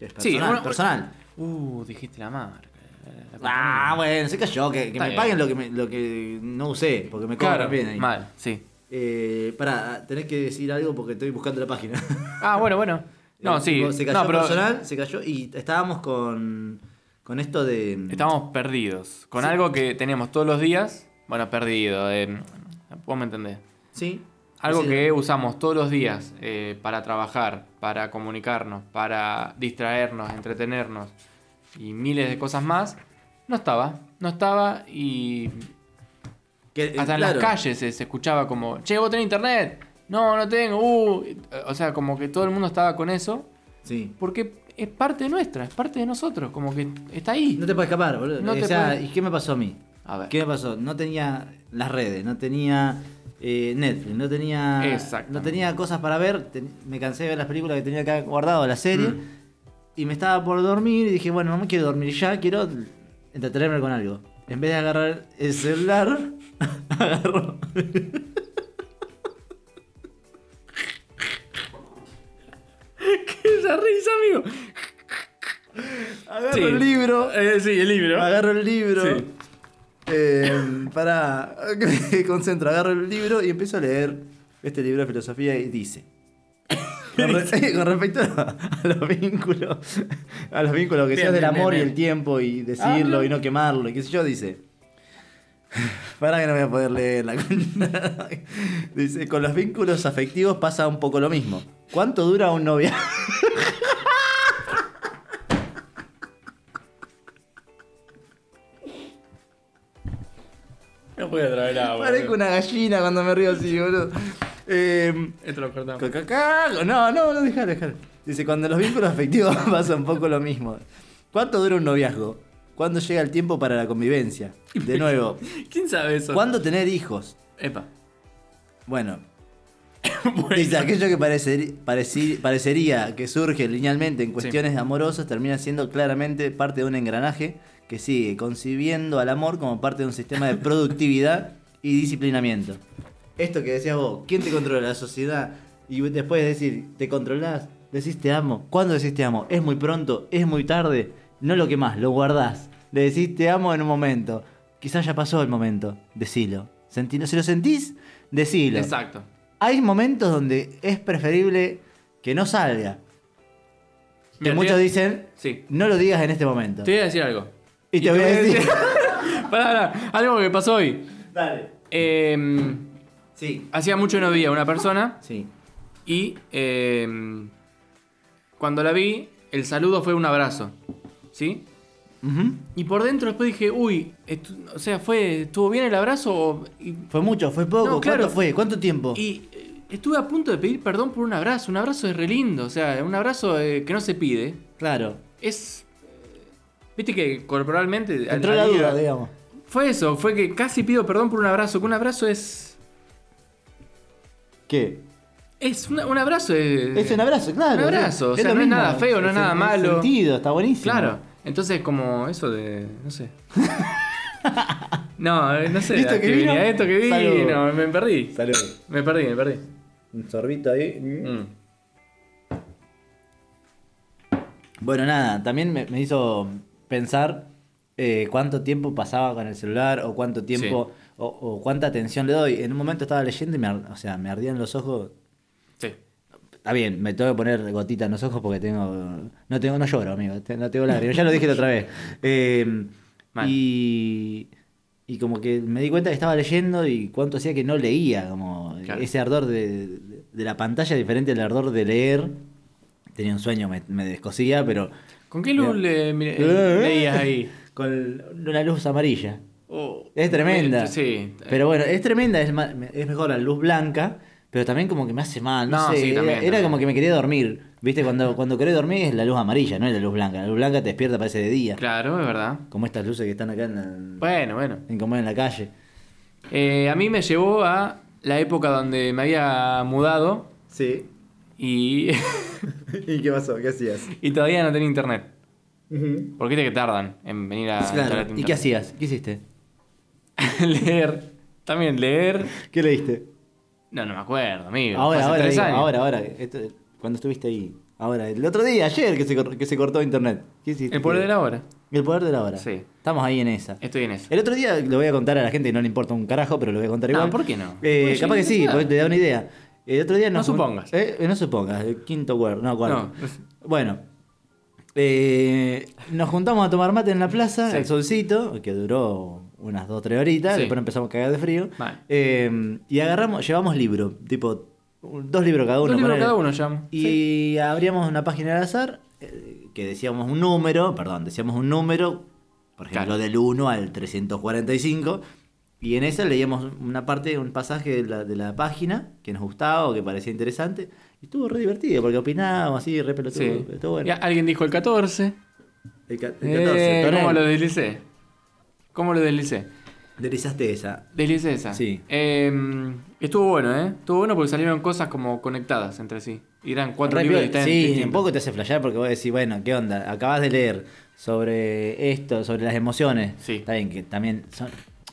S3: es
S2: Sí,
S3: personal,
S2: una-
S3: personal.
S2: Uh, dijiste la marca. la- la compañía.
S3: Ah, bueno, se cayó, que, que
S2: Está
S3: me
S2: bien.
S3: paguen lo que, me- lo que no usé, porque me cobran
S2: claro,
S3: bien ahí.
S2: mal, sí.
S3: Eh, pará, tenés que decir algo porque estoy buscando la página.
S2: Ah, bueno, bueno. No,
S3: Eh,
S2: sí.
S3: tipo, Se cayó
S2: no, pero
S3: personal, se cayó y estábamos con, con esto de...
S2: Estamos perdidos. Con algo que tenemos todos los días. Bueno, perdido. Eh, vos me entendés.
S3: Sí.
S2: Algo
S3: Sí.
S2: que usamos todos los días eh, para trabajar, para comunicarnos, para distraernos, entretenernos y miles de cosas más. No estaba. No estaba y
S3: Que, eh,
S2: Hasta en
S3: claro.
S2: las calles se, se escuchaba como, che, vos tenés internet. No, no tengo. uh". O sea, como que todo el mundo estaba con eso.
S3: Sí.
S2: Porque es parte nuestra, es parte de nosotros. Como que está ahí.
S3: No te puedes escapar, boludo.
S2: No
S3: O
S2: te
S3: sea,
S2: podés-
S3: ¿y qué me pasó a mí?
S2: A ver.
S3: ¿Qué me pasó? No tenía las redes, no tenía eh, Netflix, no tenía
S2: Exactamente.
S3: no tenía cosas para ver, ten- me cansé de ver las películas que tenía acá guardado, la serie,
S2: Mm.
S3: y me estaba por dormir y dije, bueno, no me quiero dormir ya, quiero entretenerme con algo. En vez de agarrar el celular, agarro...
S2: Esa risa, amigo.
S3: agarro
S2: Sí. Eh,
S3: el libro,
S2: sí, el libro.
S3: agarro el libro.
S2: Sí.
S3: para que me concentro, agarro el libro y empiezo a leer este libro de filosofía y dice. Con, re- con respecto a, a los vínculos, a los vínculos que
S2: Bien,
S3: seas del
S2: bien,
S3: amor
S2: bien,
S3: y
S2: bien.
S3: el tiempo y decirlo
S2: Ah.
S3: y no quemarlo y qué sé yo, dice. Para que no voy a poder leer la cuenta. Dice, con los vínculos afectivos pasa un poco lo mismo. ¿Cuánto dura un novia?
S2: No podía traer agua.
S3: Parezco una gallina cuando me río así, boludo. Eh,
S2: Esto lo cortamos.
S3: Ca- ca- ca- No, no, no, dejar, dejar. Dice, cuando los vínculos afectivos pasa un poco lo mismo. ¿Cuánto dura un noviazgo? ¿Cuándo llega el tiempo para la convivencia? De nuevo,
S2: ¿Quién sabe eso?
S3: ¿cuándo tener hijos?
S2: Epa.
S3: Bueno, dice, aquello que parecer- pareci- parecería que surge linealmente en cuestiones amorosas termina siendo claramente parte de un engranaje que sigue concibiendo al amor como parte de un sistema de productividad y disciplinamiento. Esto que decías vos, ¿quién te controla? La sociedad. Y después decir, ¿te controlás? Decís te amo. ¿Cuándo decís te amo? ¿Es muy pronto? ¿Es muy tarde? No lo quemás, lo guardás. Le decís te amo en un momento. Quizás ya pasó el momento. Decilo. Sentí- si lo sentís, decilo.
S2: Exacto.
S3: Hay momentos donde es preferible que no salga. Que
S2: Mira,
S3: muchos
S2: te-
S3: dicen,
S2: Sí.
S3: no lo digas en este momento.
S2: Te voy a decir algo.
S3: Y te voy a decir.
S2: Pará, pará, algo que pasó hoy.
S3: Dale.
S2: Eh,
S3: Sí.
S2: hacía mucho que no veía a una persona
S3: Sí.
S2: y eh, cuando la vi, el saludo fue un abrazo. ¿Sí?
S3: Ujú.
S2: Y por dentro después dije, uy, estu- o sea, fue, ¿estuvo bien el abrazo? o- y,
S3: Fue mucho, fue poco.
S2: No, claro.
S3: ¿Cuánto fue? ¿Cuánto tiempo?
S2: y, eh, estuve a punto de pedir perdón por un abrazo. Un abrazo es re lindo, o sea, un abrazo eh, que no se pide.
S3: Claro.
S2: Es. eh, Viste que corporalmente. al-
S3: Entró
S2: al
S3: la
S2: día-
S3: duda, digamos.
S2: Fue eso, fue que casi pido perdón por un abrazo, que un abrazo es.
S3: ¿Qué?
S2: Es una- un abrazo es.
S3: Es un abrazo, claro.
S2: Eh, Un abrazo, o sea,
S3: lo
S2: no es
S3: mismo,
S2: nada feo, no es nada
S3: el- el
S2: malo.
S3: sentido, está buenísimo.
S2: Claro. Entonces, como eso de. No sé. no, eh, no sé.
S3: ¿Esto
S2: a
S3: que
S2: qué
S3: vino?
S2: venía esto que vi,
S3: Salud.
S2: no, me perdí.
S3: Salud.
S2: Me perdí, me perdí.
S3: Un sorbito ahí.
S2: Mm.
S3: Bueno, nada, también me, me hizo pensar eh, cuánto tiempo pasaba con el celular o cuánto tiempo o, o cuánta atención le doy. En un momento estaba leyendo y me, ar- o sea, me ardían los ojos.
S2: Sí.
S3: Está bien, me tengo que poner gotita en los ojos porque tengo. No tengo, no lloro, amigo. te- No tengo lágrimas. Ya lo dije la otra vez. Eh,
S2: Mal.
S3: y. Y como que me di cuenta que estaba leyendo y cuánto hacía que no leía. Como
S2: Claro.
S3: ese ardor de, de- de la pantalla diferente al ardor de leer. Tenía un sueño, me, me descosía, pero.
S2: ¿Con qué luz le,
S3: Eh,
S2: mire- leías ahí?
S3: Con una luz amarilla.
S2: Oh,
S3: Es tremenda.
S2: me- Sí. eh,
S3: Pero bueno, es tremenda, es, ma- es mejor la luz blanca, pero también como que me hace mal. No,
S2: No,
S3: sé,
S2: sí,
S3: era,
S2: también,
S3: era
S2: también.
S3: como que me quería dormir. Viste, cuando, cuando querés dormir es la luz amarilla, no es la luz blanca. La luz blanca te despierta, parece de día.
S2: Claro, es verdad.
S3: Como estas luces que están acá en, la,
S2: Bueno, bueno.
S3: en, como en la calle.
S2: Eh, a mí me llevó a la época donde me había mudado
S3: Sí.
S2: y,
S3: ¿Y qué pasó? ¿Qué hacías?
S2: y todavía no tenía internet. Porque viste que tardan en venir a entrar a
S3: Claro.
S2: tu
S3: ¿Y qué
S2: internet.
S3: hacías? ¿Qué hiciste?
S2: leer. También leer.
S3: ¿Qué leíste?
S2: No, no me acuerdo, amigo. Fue
S3: Ahora,
S2: hace
S3: ahora,
S2: tres
S3: digo,
S2: años.
S3: ahora, ahora. Esto- cuando estuviste ahí. Ahora, el otro día, ayer que se, cor- que se cortó internet. ¿Qué hiciste?
S2: El poder de la hora.
S3: El poder de la hora.
S2: Sí.
S3: Estamos ahí en esa.
S2: Estoy en eso.
S3: El otro día lo voy a contar a la gente, no le importa un carajo, pero lo voy a contar
S2: No,
S3: igual.
S2: ¿por qué no?
S3: Eh,
S2: Porque
S3: capaz que sí,
S2: nada.
S3: porque te da una idea. El otro día
S2: No
S3: nos-
S2: supongas.
S3: Eh, eh, no supongas, el quinto cuerno, no, cuarto.
S2: No.
S3: Bueno, eh, nos juntamos a tomar mate en la plaza,
S2: Sí.
S3: el solcito, que duró unas dos, tres horitas,
S2: Sí.
S3: después empezamos a cagar de frío.
S2: Mal.
S3: Eh, y agarramos, llevamos libros, tipo un- dos libros cada uno.
S2: Dos libros
S3: ponele.
S2: cada uno llamo.
S3: Y abríamos una página al azar eh, que decíamos un número, perdón, decíamos un número, por ejemplo,
S2: Claro.
S3: del 1 al 345, y en esa leíamos una parte, un pasaje de la, de la página que nos gustaba o que parecía interesante, y estuvo re divertido porque opinábamos así, re pelotudo,
S2: Sí.
S3: pero estuvo bueno.
S2: Y a- alguien dijo el 14.
S3: El, ca- el 14,
S2: Eh,
S3: Tonel,
S2: ¿Cómo lo deslicé? ¿Cómo lo deslicé?
S3: deslizaste esa.
S2: Deslicé esa.
S3: Sí.
S2: Eh, estuvo bueno, ¿eh? Estuvo bueno porque salieron cosas como conectadas entre sí. Y eran cuatro
S3: Re
S2: libros
S3: piola.
S2: distintos.
S3: sí, un poco te hace flashear porque vos decís, bueno, ¿qué onda? Acabas de leer sobre esto, sobre las emociones.
S2: Sí.
S3: Está bien, que también son.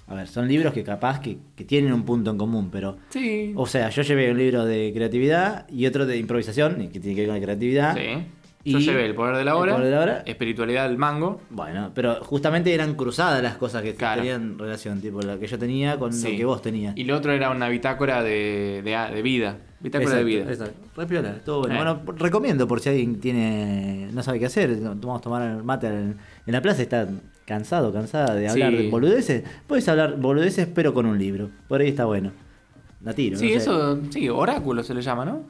S3: A ver, son libros que capaz que, que tienen un punto en común, pero.
S2: Sí.
S3: O sea, yo llevé un libro de creatividad y otro de improvisación, y que tiene que ver con la creatividad.
S2: Sí. Yo
S3: Ah, Y-
S2: llevé el poder de la
S3: El
S2: hora,
S3: poder de la hora.
S2: espiritualidad del mango.
S3: Bueno, pero justamente eran cruzadas las cosas que
S2: Claro.
S3: tenían relación, tipo lo que yo tenía con
S2: Sí.
S3: lo que vos tenías.
S2: Y lo otro era una bitácora de, ah, de- de vida. Bitácora de
S3: Exacto,
S2: vida.
S3: exacto. Re piola, estuvo bueno.
S2: Eh.
S3: Bueno, recomiendo por si alguien tiene no sabe qué hacer, vamos a tomar el mate en, en la plaza, está cansado, cansada de hablar
S2: Sí.
S3: de boludeces. Puedes hablar boludeces, pero con un libro. Por ahí está bueno. La tiro.
S2: Sí,
S3: no sé.
S2: eso, sí, oráculo se le llama, ¿no?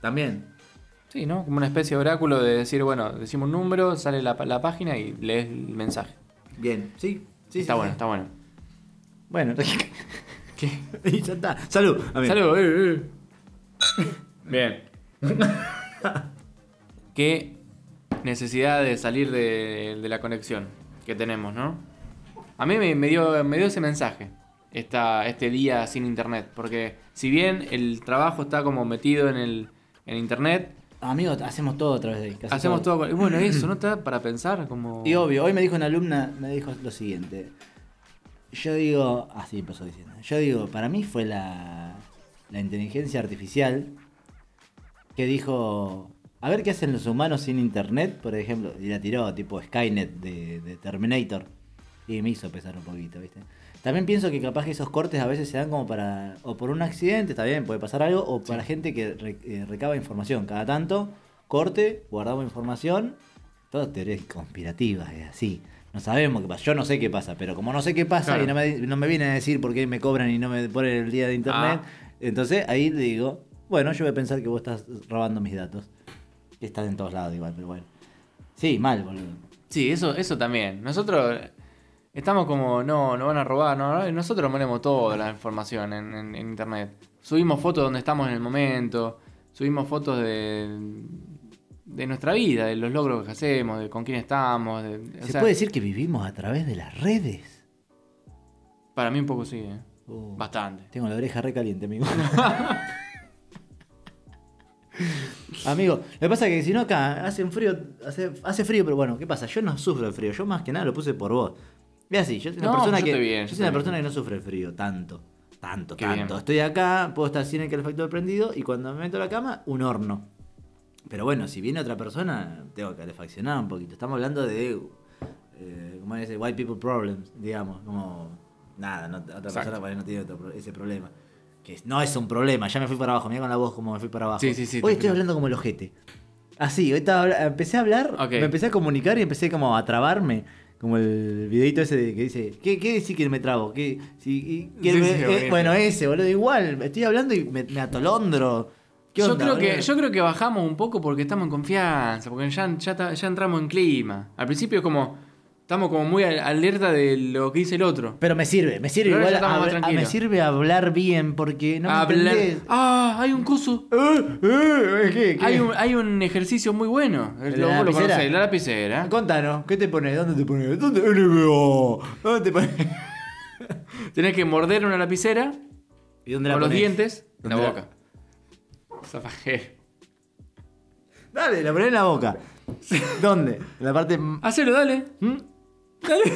S3: También.
S2: Sí, ¿no? Como una especie de oráculo de decir, bueno, decimos un número, sale la, la página y lees el mensaje.
S3: Bien, sí. sí
S2: está
S3: sí,
S2: bueno,
S3: sí.
S2: está bueno.
S3: Bueno,
S2: ¿Qué?
S3: y ya está. Salud, amigo.
S2: Salud, eh, eh. Bien. Qué necesidad de salir de, de la conexión que tenemos, ¿no? A mí me, me dio, me dio ese mensaje esta, este día sin internet. Porque si bien el trabajo está como metido en el en internet,
S3: Amigo, hacemos todo otra vez de ahí. casi
S2: hacemos todo. con- y bueno, eso, ¿no? Está para pensar como.
S3: Y obvio, hoy me dijo una alumna, me dijo lo siguiente. Yo digo, así empezó diciendo, yo digo, para mí fue la, la inteligencia artificial que dijo, a ver qué hacen los humanos sin internet, por ejemplo, y la tiró tipo Skynet de, de Terminator. Y me hizo pesar un poquito, ¿viste? También pienso que capaz que esos cortes a veces se dan como para. O por un accidente, está bien, puede pasar algo. O para gente que re- eh, recaba información. Cada tanto, corte, guardamos información. Todas teorías conspirativas, es así. No sabemos qué pasa. Yo no sé qué pasa, pero como no sé qué pasa
S2: Claro.
S3: y no me, no me vienen a decir por qué me cobran y no me ponen el día de internet,
S2: Ah.
S3: entonces ahí le digo, bueno, yo voy a pensar que vos estás robando mis datos. Que están en todos lados igual, pero bueno. Sí, mal, boludo.
S2: Sí, eso, eso también. Nosotros estamos como, no, nos van a robar, no, no. nosotros ponemos toda la información en, en- en internet. Subimos fotos donde estamos en el momento, subimos fotos de, de nuestra vida, de los logros que hacemos, de con quién estamos. de- o
S3: ¿Se
S2: sea,
S3: puede decir que vivimos a través de las redes?
S2: Para mí un poco sí, ¿eh?
S3: Oh,
S2: bastante.
S3: Tengo la oreja re caliente, amigo. amigo, lo que pasa es que si no acá hace un frío, hace, hace frío, pero bueno, ¿qué pasa? Yo no sufro el frío, yo más que nada lo puse por vos. Ve así, yo soy una
S2: No,
S3: persona
S2: yo
S3: que.
S2: estoy bien,
S3: yo
S2: yo
S3: soy una
S2: estoy
S3: persona que no sufre el frío, tanto. Tanto,
S2: Qué
S3: tanto.
S2: bien.
S3: Estoy acá, puedo estar sin el calefactor prendido y cuando me meto a la cama, un horno. Pero bueno, si viene otra persona, tengo que calefaccionar un poquito. Estamos hablando de. Eh, ¿Cómo es? White people problems, digamos. Como. Nada, no- otra persona por ahí no tiene otro pro- ese problema. Que es- no es un problema, ya me fui para abajo. Mira con la voz como me fui para abajo.
S2: Sí, sí, sí,
S3: Hoy
S2: te
S3: estoy
S2: entiendo.
S3: hablando como el ojete. Así, hoy estaba habla- empecé a hablar,
S2: Ok.
S3: me empecé a comunicar y empecé como a trabarme. Como el videito ese de que dice, ¿qué, qué decir que me trabo? ¿Qué, si- y- que
S2: Sí,
S3: me-
S2: sí,
S3: eh,
S2: bonito.
S3: bueno, ese, boludo, igual. Estoy hablando y me, me atolondro. ¿Qué
S2: Yo
S3: onda,
S2: creo, que,
S3: boludo?
S2: yo creo que bajamos un poco porque estamos en confianza, porque ya, ya, ta- ya entramos en clima. Al principio es como, estamos como muy al- alerta de lo que dice el otro.
S3: Pero me sirve, me sirve
S2: Pero ahora
S3: igual.
S2: ya estamos más
S3: hab- me
S2: tranquilos.
S3: sirve hablar bien porque no me
S2: Hablar-
S3: entendés.
S2: Ah, hay un coso.
S3: Eh, eh, ¿qué, qué?
S2: Hay un, hay un ejercicio muy bueno.
S3: ¿La
S2: Lo, vos lo
S3: lapicera?
S2: conocés, la lapicera.
S3: Ah, Contanos, ¿qué te pones? ¿Dónde te pones? ¿Dónde? NBA. ¿Dónde te pones?
S2: Tenés que morder una lapicera
S3: ¿Y dónde
S2: con los dientes en la
S3: ¿Dónde la-
S2: boca. Zafajero.
S3: Dale, la ponés en la boca. ¿Dónde? En la parte. ¿Mm?
S2: Hacelo, dale. Dale.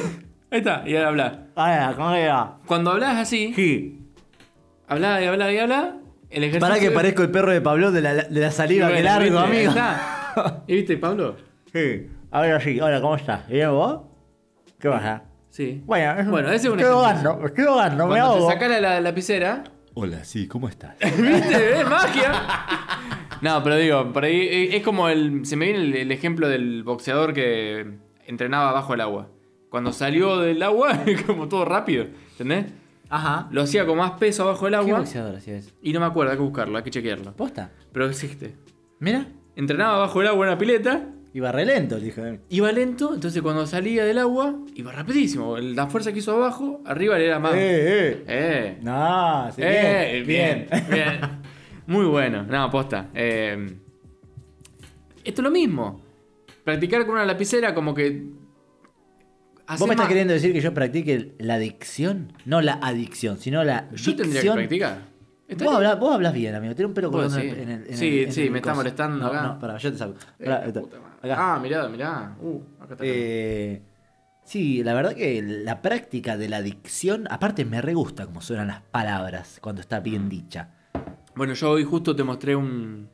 S2: Ahí está, y ahora habla.
S3: Ah, ¿cómo era?
S2: Cuando hablas así,
S3: Sí.
S2: habla y habla y habla. El ejercicio.
S3: Pará que parezco el perro de Pablo de la, de la
S2: Y
S3: saliva
S2: bueno,
S3: que largo,
S2: ¿viste? Ahí
S3: amigo.
S2: está. ¿Y viste, Pablo?
S3: Sí. Ahora sí, hola, ¿cómo estás? ¿Bien vos? ¿Qué pasa?
S2: Sí.
S3: Bueno, es un-
S2: Bueno, ese es un
S3: Estoy
S2: ejercicio.
S3: ahogando, estoy ahogando, me
S2: Cuando
S3: ahogo.
S2: te sacas la lapicera,
S5: Hola, sí, ¿cómo estás?
S2: ¿Viste? ¿Ves? Magia. No, pero digo, por ahí eh, es como el. Se me viene el, el ejemplo del boxeador que entrenaba bajo el agua. Cuando salió del agua, como todo rápido, ¿entendés?
S3: Ajá.
S2: Lo hacía con más peso abajo del agua.
S3: hacía eso?
S2: Y no me acuerdo, hay que buscarlo, hay que chequearlo.
S3: ¿Posta?
S2: Pero existe.
S3: Mira.
S2: Entrenaba bajo el agua en una pileta,
S3: Iba re lento, el hijo de-
S2: iba lento, entonces cuando salía del agua, iba rapidísimo. La fuerza que hizo abajo, arriba le era más.
S3: Eh, eh.
S2: Eh.
S3: No, sí,
S2: Eh,
S3: bien.
S2: bien, bien. Muy bueno. No, aposta. esto es lo mismo. Practicar con una lapicera como que... hace
S3: ¿Vos me estás
S2: más.
S3: queriendo decir que yo practique la adicción? No la adicción, sino la
S2: Yo tendría que
S3: dicción.
S2: practicar. Está
S3: Vos
S2: bien.
S3: hablas, vos hablas bien, amigo. Tiene un pelo
S2: Vos
S3: colgando en
S2: decís.
S3: el- en el. en
S2: Sí,
S3: el- en
S2: sí,
S3: el
S2: me está
S3: coso.
S2: molestando
S3: no,
S2: acá.
S3: No, pará, yo te saco.
S2: Eh,
S3: Pará,
S2: la
S3: está.
S2: puta madre.
S3: Acá.
S2: Ah, mirá, mirá. Uh, acá está.
S3: Eh, sí, la verdad que la práctica de la adicción. Aparte, me re gusta cómo suenan las palabras cuando está
S2: Mm.
S3: bien dicha.
S2: Bueno, yo hoy justo te mostré un,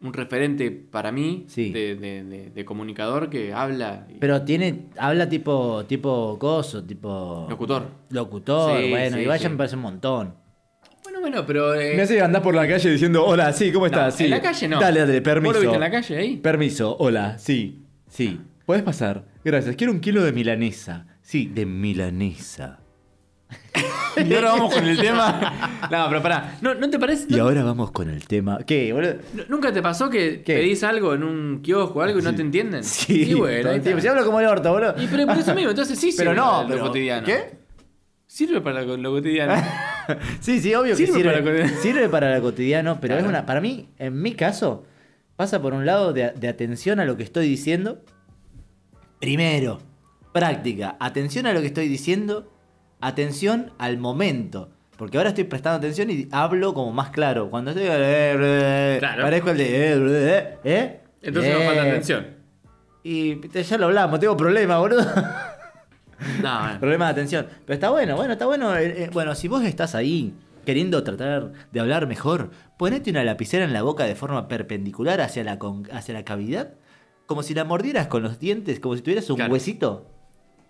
S2: un referente para mí
S3: Sí.
S2: de, de- de- de comunicador que habla... y-
S3: Pero tiene. Habla tipo. Tipo coso, tipo.
S2: Locutor.
S3: Locutor,
S2: Sí,
S3: bueno,
S2: sí,
S3: y vaya
S2: sí.
S3: me parece un montón.
S2: Bueno, bueno, pero... eh,
S5: Me hace andar por la calle diciendo, hola, sí, ¿cómo
S2: no,
S5: estás? Sí.
S2: En la calle no.
S5: Dale, dale,
S2: ¿Vos lo
S5: permiso.
S2: viste en la calle ahí?
S5: Permiso, hola, sí, sí. ¿Puedes pasar? Gracias, quiero un kilo de milanesa. Sí, de milanesa.
S2: Y ahora vamos con el tema. No, pero pará. ¿No, no te parece?
S5: Y
S2: no-
S5: ahora vamos con el tema. ¿Qué, boludo?
S2: ¿Nunca te pasó que
S5: ¿Qué?
S2: pedís algo en un kiosco o algo y no te entienden?
S5: Sí,
S2: Y bueno,
S3: Todo
S2: ahí
S3: el tiempo.
S2: está.
S3: Si hablo como el orto, boludo.
S2: Y pero por eso mismo, entonces sí sirve
S3: Pero no,
S2: para lo
S3: pero-
S2: cotidiano.
S3: ¿Qué?
S2: Sirve para lo, lo cotidiano.
S3: Sí, sí, obvio que
S2: Sirve
S3: sirve.
S2: para lo cotidiano.
S3: sirve para lo cotidiano, pero es
S2: Claro.
S3: una. Para mí, en mi caso, pasa por un lado de, de atención a lo que estoy diciendo. Primero, práctica. Atención a lo que estoy diciendo. Atención al momento. Porque ahora estoy prestando atención y hablo como más claro. Cuando estoy. eh,
S2: Claro.
S3: Parezco el de. eh, ¿Eh?
S2: Entonces nos
S3: Eh.
S2: falta atención.
S3: Y viste, ya lo hablamos, tengo problemas, boludo.
S2: No, bueno.
S3: Problemas de atención. Pero está bueno, bueno, está bueno. eh, eh, bueno, si vos estás ahí queriendo tratar de hablar mejor, ponete una lapicera en la boca de forma perpendicular hacia la, con- hacia la cavidad, como si la mordieras con los dientes, como si tuvieras un
S2: Claro.
S3: huesito,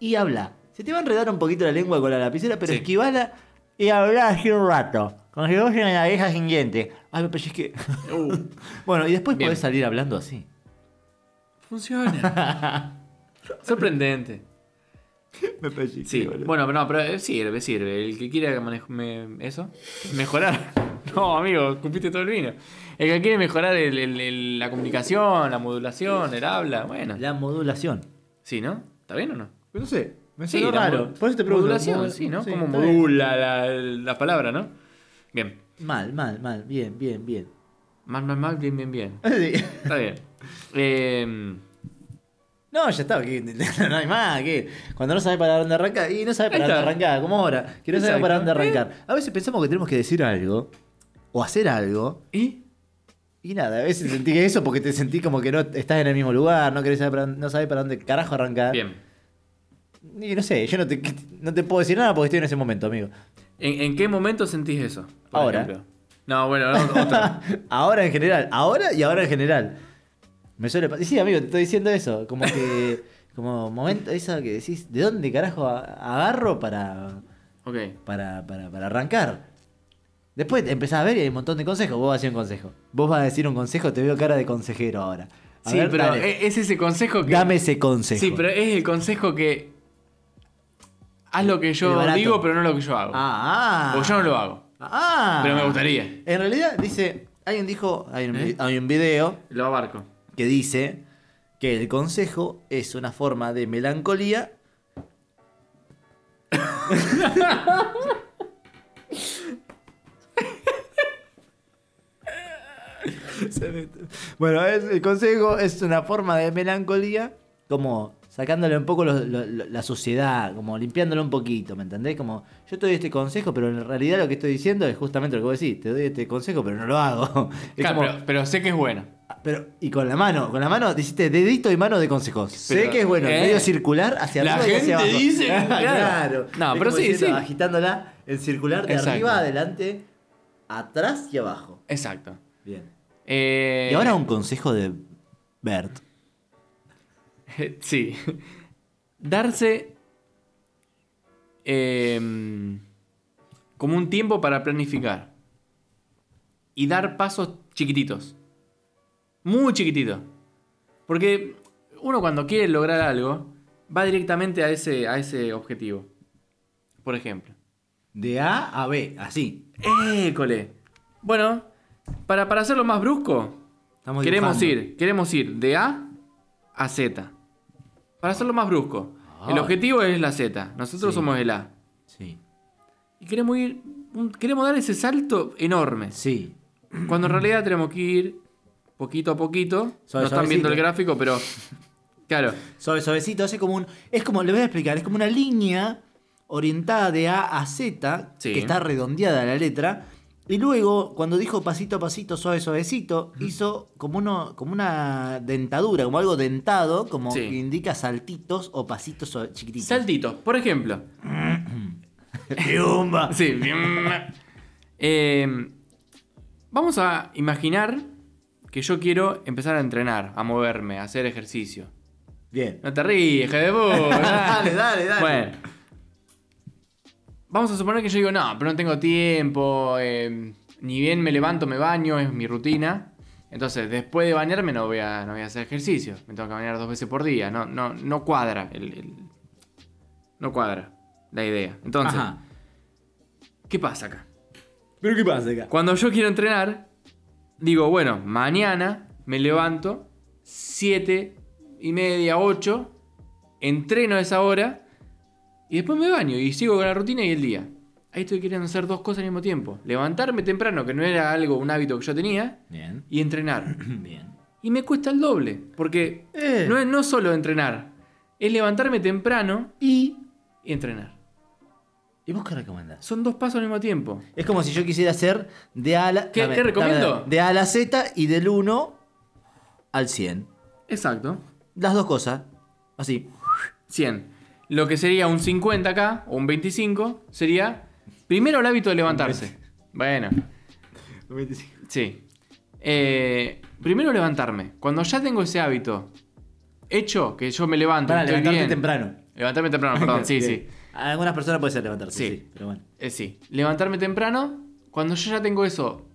S3: y habla. Se te va a enredar un poquito la lengua con la lapicera, pero
S2: Sí.
S3: esquivala y hablá así un rato. Como si vos en la vieja sin diente. Ay, me pellizqué.
S2: Uh,
S3: Bueno, y después
S2: Bien.
S3: podés salir hablando así.
S2: funciona. Sorprendente.
S3: me pellizqué,
S2: Sí, bueno, pero no, pero eh, sirve, sirve. El que quiera manej- me- eso, mejorar. No, amigo, cumpliste todo el vino. El que quiere mejorar el- el- el- la comunicación, la modulación, el habla, bueno.
S3: La modulación.
S2: Sí, ¿no? ¿Está bien o no?
S5: Pero no sé, me
S2: Sí,
S5: sonó
S2: la
S5: raro.
S2: mo-
S5: Por eso te pregunto.
S2: Modulación,
S5: mod-
S2: sí, ¿no?
S5: sí,
S2: Como
S5: está bien.
S2: modula la, la palabra, ¿no? Bien.
S3: Mal, mal, mal. Bien, bien, bien.
S2: Mal, mal, mal, bien, bien, bien.
S3: Sí.
S2: Está bien. Eh,
S3: No, ya está, que- no hay más, que cuando no sabes para dónde arrancar, y no sabes para
S2: Ahí está.
S3: dónde arrancar, como ahora, que no sabes para dónde
S2: Exacto. Eh.
S3: arrancar. A veces pensamos que tenemos que decir algo, o hacer algo,
S2: ¿Y?
S3: y nada, a veces sentí que eso porque te sentí como que no estás en el mismo lugar, no querés saber para, dónde- no sabes para dónde carajo arrancar.
S2: Bien.
S3: Y no sé, yo no te, no te puedo decir nada porque estoy en ese momento, amigo.
S2: ¿En, en qué momento sentís eso? por
S3: Ahora.
S2: ejemplo? No, bueno, no, otra.
S3: Ahora en general, ahora y ahora en general. Me suele pasar. Sí, amigo, te estoy diciendo eso. Como que. Como momento, eso que decís, ¿de dónde carajo a- agarro para,
S2: Ok.
S3: para, para, para arrancar? Después te empezás a ver y hay un montón de consejos. Vos vas a decir un consejo. Vos vas a decir un consejo, te veo cara de consejero ahora. A
S2: Sí,
S3: ver,
S2: pero
S3: dale,
S2: e- es ese consejo que.
S3: dame ese consejo.
S2: Sí, pero es el consejo que. Haz lo que
S3: El
S2: yo
S3: barato.
S2: digo, pero no lo que yo hago.
S3: Ah, ah.
S2: O yo no lo hago.
S3: Ah.
S2: Pero me gustaría.
S3: En realidad, dice. Alguien dijo. Hay un, vi-
S2: ¿Eh?
S3: hay un video
S2: Lo abarco.
S3: que dice que el consejo es una forma de melancolía. Se me- bueno, es- el consejo es una forma de melancolía, como sacándole un poco lo- lo- lo- la sociedad, como limpiándolo un poquito, ¿me entendés? Como yo te doy este consejo, pero en realidad lo que estoy diciendo es justamente lo que vos decís, te doy este consejo, pero no lo hago. Es
S2: Claro,
S3: como-
S2: pero, pero sé que es bueno.
S3: pero, y con la mano, con la mano, dijiste dedito y mano de consejos. sé
S2: Pero,
S3: que es bueno,
S2: ¿eh?
S3: medio circular hacia
S2: La
S3: arriba y hacia
S2: gente
S3: abajo.
S2: dice,
S3: claro.
S2: claro. No,
S3: Es
S2: pero
S3: como
S2: sí,
S3: diciendo,
S2: sí.
S3: Agitándola en circular de
S2: Exacto.
S3: arriba, adelante, atrás y abajo.
S2: Exacto.
S3: Bien.
S2: Eh,
S3: Y ahora un consejo de Bert.
S2: Sí. Darse. eh, como un tiempo para planificar. Y dar pasos chiquititos. Muy chiquititos. Porque uno cuando quiere lograr algo, va directamente a ese, a ese objetivo. Por ejemplo.
S3: De A a B, así.
S2: École. Bueno, para, para hacerlo más brusco,
S3: Estamos
S2: queremos
S3: dibujando.
S2: ir, queremos ir de A a Z. Para hacerlo más brusco.
S3: Ah.
S2: El objetivo es la Z. Nosotros
S3: Sí.
S2: somos el A.
S3: Sí.
S2: Y queremos ir. un- Queremos dar ese salto enorme.
S3: Sí.
S2: Cuando en realidad tenemos que ir poquito a poquito.
S3: Suave,
S2: no están viendo
S3: suavecito.
S2: el gráfico, pero. Claro.
S3: Suave, suavecito, hace como un. Es como, le voy a explicar, es como una línea orientada de A a Z,
S2: Sí.
S3: que está redondeada la letra. Y luego, cuando dijo pasito a pasito, suave, suavecito, hizo como, uno, como una dentadura, como algo dentado, como
S2: Sí.
S3: que indica saltitos o pasitos suave- chiquititos.
S2: Saltitos, por ejemplo.
S3: ¡Piumba!
S2: Sí. Eh, vamos a imaginar que yo quiero empezar a entrenar, a moverme, a hacer ejercicio.
S3: Bien.
S2: No te ríes, hija de puta.
S3: Dale, dale, dale.
S2: Bueno. Vamos a suponer que yo digo, no, pero no tengo tiempo. eh, ni bien me levanto, me baño, es mi rutina. Entonces, después de bañarme no voy a, no voy a hacer ejercicio. Me tengo que bañar dos veces por día. No, no, no cuadra el, el- No cuadra la idea. Entonces,
S3: Ajá.
S2: ¿qué pasa acá?
S5: Pero ¿qué pasa acá?
S2: Cuando yo quiero entrenar, digo, bueno, mañana me levanto, 7 y media, 8, entreno a esa hora y después me baño y sigo con la rutina y el día. Ahí estoy queriendo hacer dos cosas al mismo tiempo. Levantarme temprano, que no era algo, un hábito que yo tenía,
S3: Bien.
S2: y entrenar.
S3: Bien.
S2: Y me cuesta el doble, porque
S3: Eh.
S2: no es no solo entrenar, es levantarme temprano
S3: Y.
S2: y entrenar.
S3: ¿Y vos qué recomendás?
S2: Son dos pasos al mismo tiempo.
S3: Es como si yo quisiera hacer de A a la.
S2: ¿Qué-
S3: dame,
S2: qué
S3: dame,
S2: recomiendo?
S3: dame. De A a la Z y del 1 al 100.
S2: Exacto.
S3: Las dos cosas. Así.
S2: 100. Lo que sería un 50 acá, o un 25, sería primero el hábito de levantarse. Bueno, sí. Eh, primero levantarme. Cuando ya tengo ese hábito hecho, que yo me levanto,
S3: Para
S2: estoy
S3: levantarte
S2: bien.
S3: temprano.
S2: Levantarme temprano, perdón, sí, sí.
S3: A algunas personas puede ser levantarse, sí.
S2: Sí.
S3: pero bueno.
S2: Eh, sí, levantarme temprano, cuando yo ya tengo eso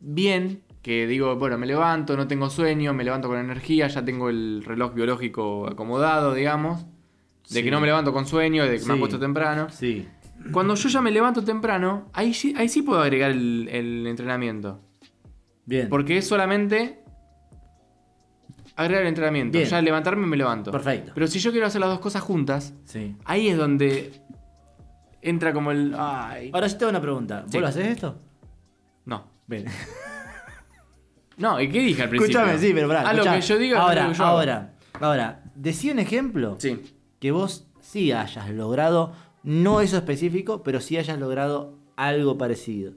S2: bien, que digo, bueno, me levanto, no tengo sueño, me levanto con energía, ya tengo el reloj biológico acomodado, digamos, de
S3: Sí.
S2: que no me levanto con sueño, de que me
S3: Sí.
S2: han puesto temprano.
S3: Sí.
S2: Cuando yo ya me levanto temprano, ahí, sí- ahí sí puedo agregar el, el entrenamiento.
S3: Bien.
S2: Porque es solamente agregar el entrenamiento.
S3: Bien.
S2: Ya levantarme me levanto.
S3: Perfecto.
S2: Pero si yo quiero hacer las dos cosas juntas,
S3: Sí.
S2: ahí es donde entra como el... Ay.
S3: Ahora yo te hago una pregunta. ¿Vos
S2: Sí.
S3: lo haces esto?
S2: No.
S3: Bien.
S2: No, ¿y qué dije al principio?
S3: Escúchame, sí, pero pará.
S2: Ah, lo
S3: escuchá.
S2: que yo digo es
S3: ahora,
S2: lo que yo hago.
S3: ahora, ahora, decí un ejemplo
S2: Sí.
S3: que vos sí hayas logrado, no eso específico, pero sí hayas logrado algo parecido.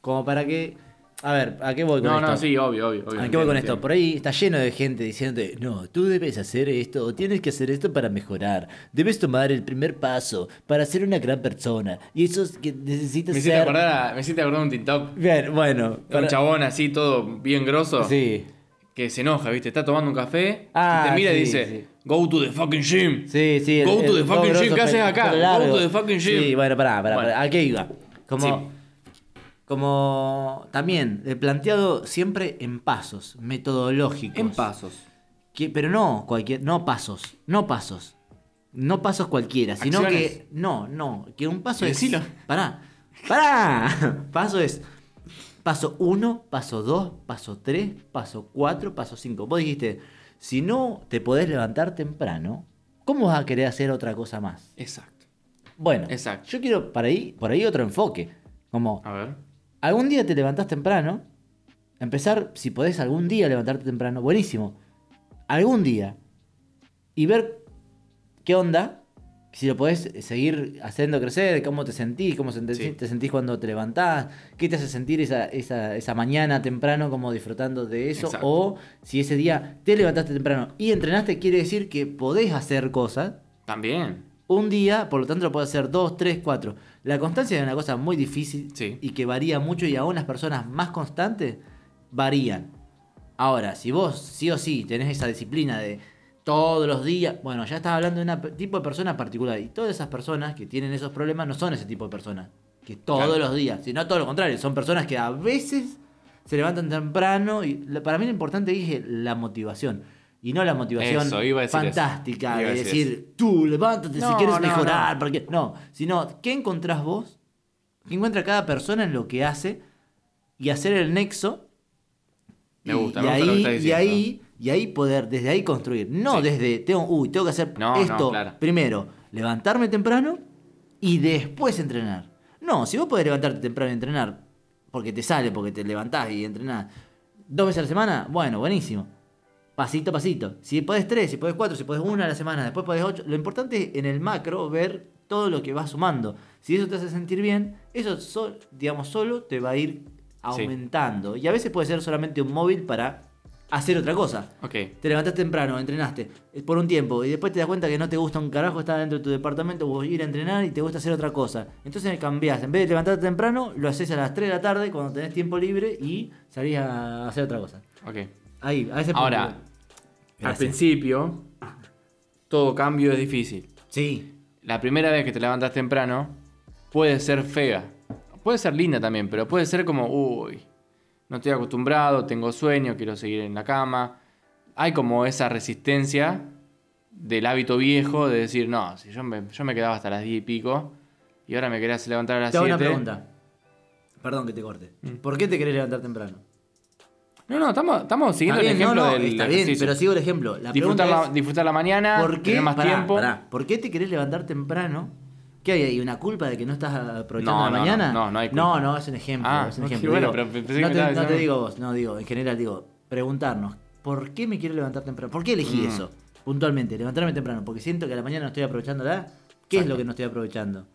S3: Como para que. A ver, ¿a qué voy con
S2: No,
S3: esto?
S2: no, sí, obvio, obvio. obvio
S3: ¿A qué voy con
S2: Entiendo,
S3: esto? Por ahí está lleno de gente diciéndote, no, tú debes hacer esto, o tienes que hacer esto para mejorar, debes tomar el primer paso para ser una gran persona, y eso es que necesitas
S2: Me hiciste,
S3: ser...
S2: acordar a- me hiciste acordar un TikTok.
S3: Bien, bueno,
S2: de Un chabón así, todo bien grosso.
S3: Sí,
S2: Que se enoja, ¿viste? Está tomando un café.
S3: Ah,
S2: y te mira y
S3: sí,
S2: dice:
S3: sí.
S2: Go to the fucking gym.
S3: sí, sí.
S2: Go to the
S3: todo
S2: fucking gym,
S3: grosso,
S2: ¿qué haces
S3: pero-
S2: acá?
S3: pero largo.
S2: Go to the fucking gym.
S3: Sí, bueno, pará, pará,
S2: Bueno.
S3: pará, ¿a qué iba? Como...
S2: Sí.
S3: Como también, eh, planteado siempre en pasos, metodológicos.
S2: pasos.
S3: Que- pero no cualquier, no pasos, no pasos. No pasos cualquiera, sino
S2: Acciones.
S3: que. No, no. Que un paso
S2: Decilo.
S3: es. Pará. Pará. Paso es. Paso 1, paso 2, paso 3, paso 4, paso 5. Vos dijiste, si no te podés levantar temprano, ¿cómo vas a querer hacer otra cosa más?
S2: Exacto.
S3: Bueno,
S2: Exacto.
S3: yo quiero para ahí, por ahí otro enfoque. Como,
S2: A ver.
S3: Algún día te levantás temprano. Empezar, si podés, algún día levantarte temprano. Buenísimo. Algún día. Y ver qué onda. Si lo podés eh, seguir haciendo crecer, cómo te sentís, cómo sen-
S2: Sí.
S3: te sentís cuando te levantás, qué te hace sentir esa, esa- esa mañana temprano, como disfrutando de eso.
S2: Exacto.
S3: O si ese día te levantaste temprano y entrenaste, quiere decir que podés hacer cosas
S2: También.
S3: un día, por lo tanto lo puede hacer dos, tres, cuatro. La constancia es una cosa muy difícil
S2: Sí.
S3: y que varía mucho y aún las personas más constantes varían. Ahora, si vos sí o sí tenés esa disciplina de todos los días, bueno, ya estás hablando de un tipo de persona particular y todas esas personas que tienen esos problemas no son ese tipo de personas, que todos
S2: Claro.
S3: los días, sino todo lo contrario, son personas que a veces se levantan temprano y la- para mí lo importante dije la motivación. Y no la motivación
S2: Eso, iba a decir eso.
S3: fantástica
S2: Iba a
S3: de
S2: decir
S3: decir, tú levántate si
S2: No,
S3: quieres
S2: no,
S3: mejorar,
S2: no.
S3: porque no, sino qué encontrás vos, qué encuentra cada persona en lo que hace y hacer el nexo.
S2: Me
S3: y-
S2: gusta,
S3: y,
S2: me gusta
S3: ahí,
S2: lo que estás
S3: y
S2: diciendo.
S3: ahí y ahí poder desde ahí construir, no
S2: Sí.
S3: desde tengo, uy, tengo que hacer
S2: No, no,
S3: esto
S2: claro.
S3: primero, levantarme temprano y después entrenar. No, si vos podés levantarte temprano y entrenar porque te sale, porque te levantás y entrenás dos veces a la semana, bueno, buenísimo. Pasito a pasito. Si podés tres, si podés cuatro, si podés una a la semana, después podés ocho. Lo importante es en el macro ver todo lo que vas sumando. Si eso te hace sentir bien, eso sol- digamos, solo te va a ir aumentando. Y a veces puede ser solamente un móvil para hacer otra cosa.
S2: Ok.
S3: Te levantaste temprano, entrenaste eh, por un tiempo y después te das cuenta que no te gusta un carajo estar dentro de tu departamento o ir a entrenar y te gusta hacer otra cosa. Entonces cambiás. En vez de levantarte temprano, lo haces a las 3 de la tarde cuando tenés tiempo libre y salís a hacer otra cosa.
S2: Ok.
S3: Ahí, a ese punto.
S2: Ahora, al
S3: Gracias.
S2: principio, todo cambio es difícil.
S3: Sí.
S2: la primera vez que te levantas temprano puede ser fea. Puede ser linda también, pero puede ser como, uy, no estoy acostumbrado, tengo sueño, quiero seguir en la cama. Hay como esa resistencia del hábito viejo de decir, no, si yo me, yo me quedaba hasta las 10 y pico y ahora me querías levantar a las
S3: Te hago
S2: 7.
S3: una pregunta. Perdón que te corte.
S2: Mm.
S3: ¿Por qué te querés levantar temprano?
S2: No, no, estamos, estamos siguiendo
S3: Está
S2: el
S3: bien,
S2: ejemplo
S3: no, no,
S2: del
S3: está bien,
S2: ejercicio.
S3: pero sigo el ejemplo. La
S2: disfrutar,
S3: pregunta
S2: la,
S3: es,
S2: disfrutar la mañana,
S3: ¿Por qué,
S2: tener más
S3: pará,
S2: tiempo.
S3: pará. ¿Por qué te querés levantar temprano? ¿Qué hay ahí? ¿Una culpa de que no estás aprovechando
S2: No,
S3: la
S2: no,
S3: mañana?
S2: no, no, no hay culpa.
S3: No, no, es un ejemplo.
S2: Ah,
S3: es un
S2: ok,
S3: ejemplo.
S2: bueno,
S3: Digo,
S2: pero pensé
S3: no,
S2: que
S3: te,
S2: estabas
S3: no te
S2: diciendo-
S3: digo vos, no digo, en general digo, preguntarnos, ¿por qué me quiero levantar temprano? ¿Por qué
S2: Mm.
S3: elegí eso? Puntualmente, levantarme temprano, porque siento que a la mañana no estoy aprovechándola. ¿Qué es lo que no estoy aprovechando?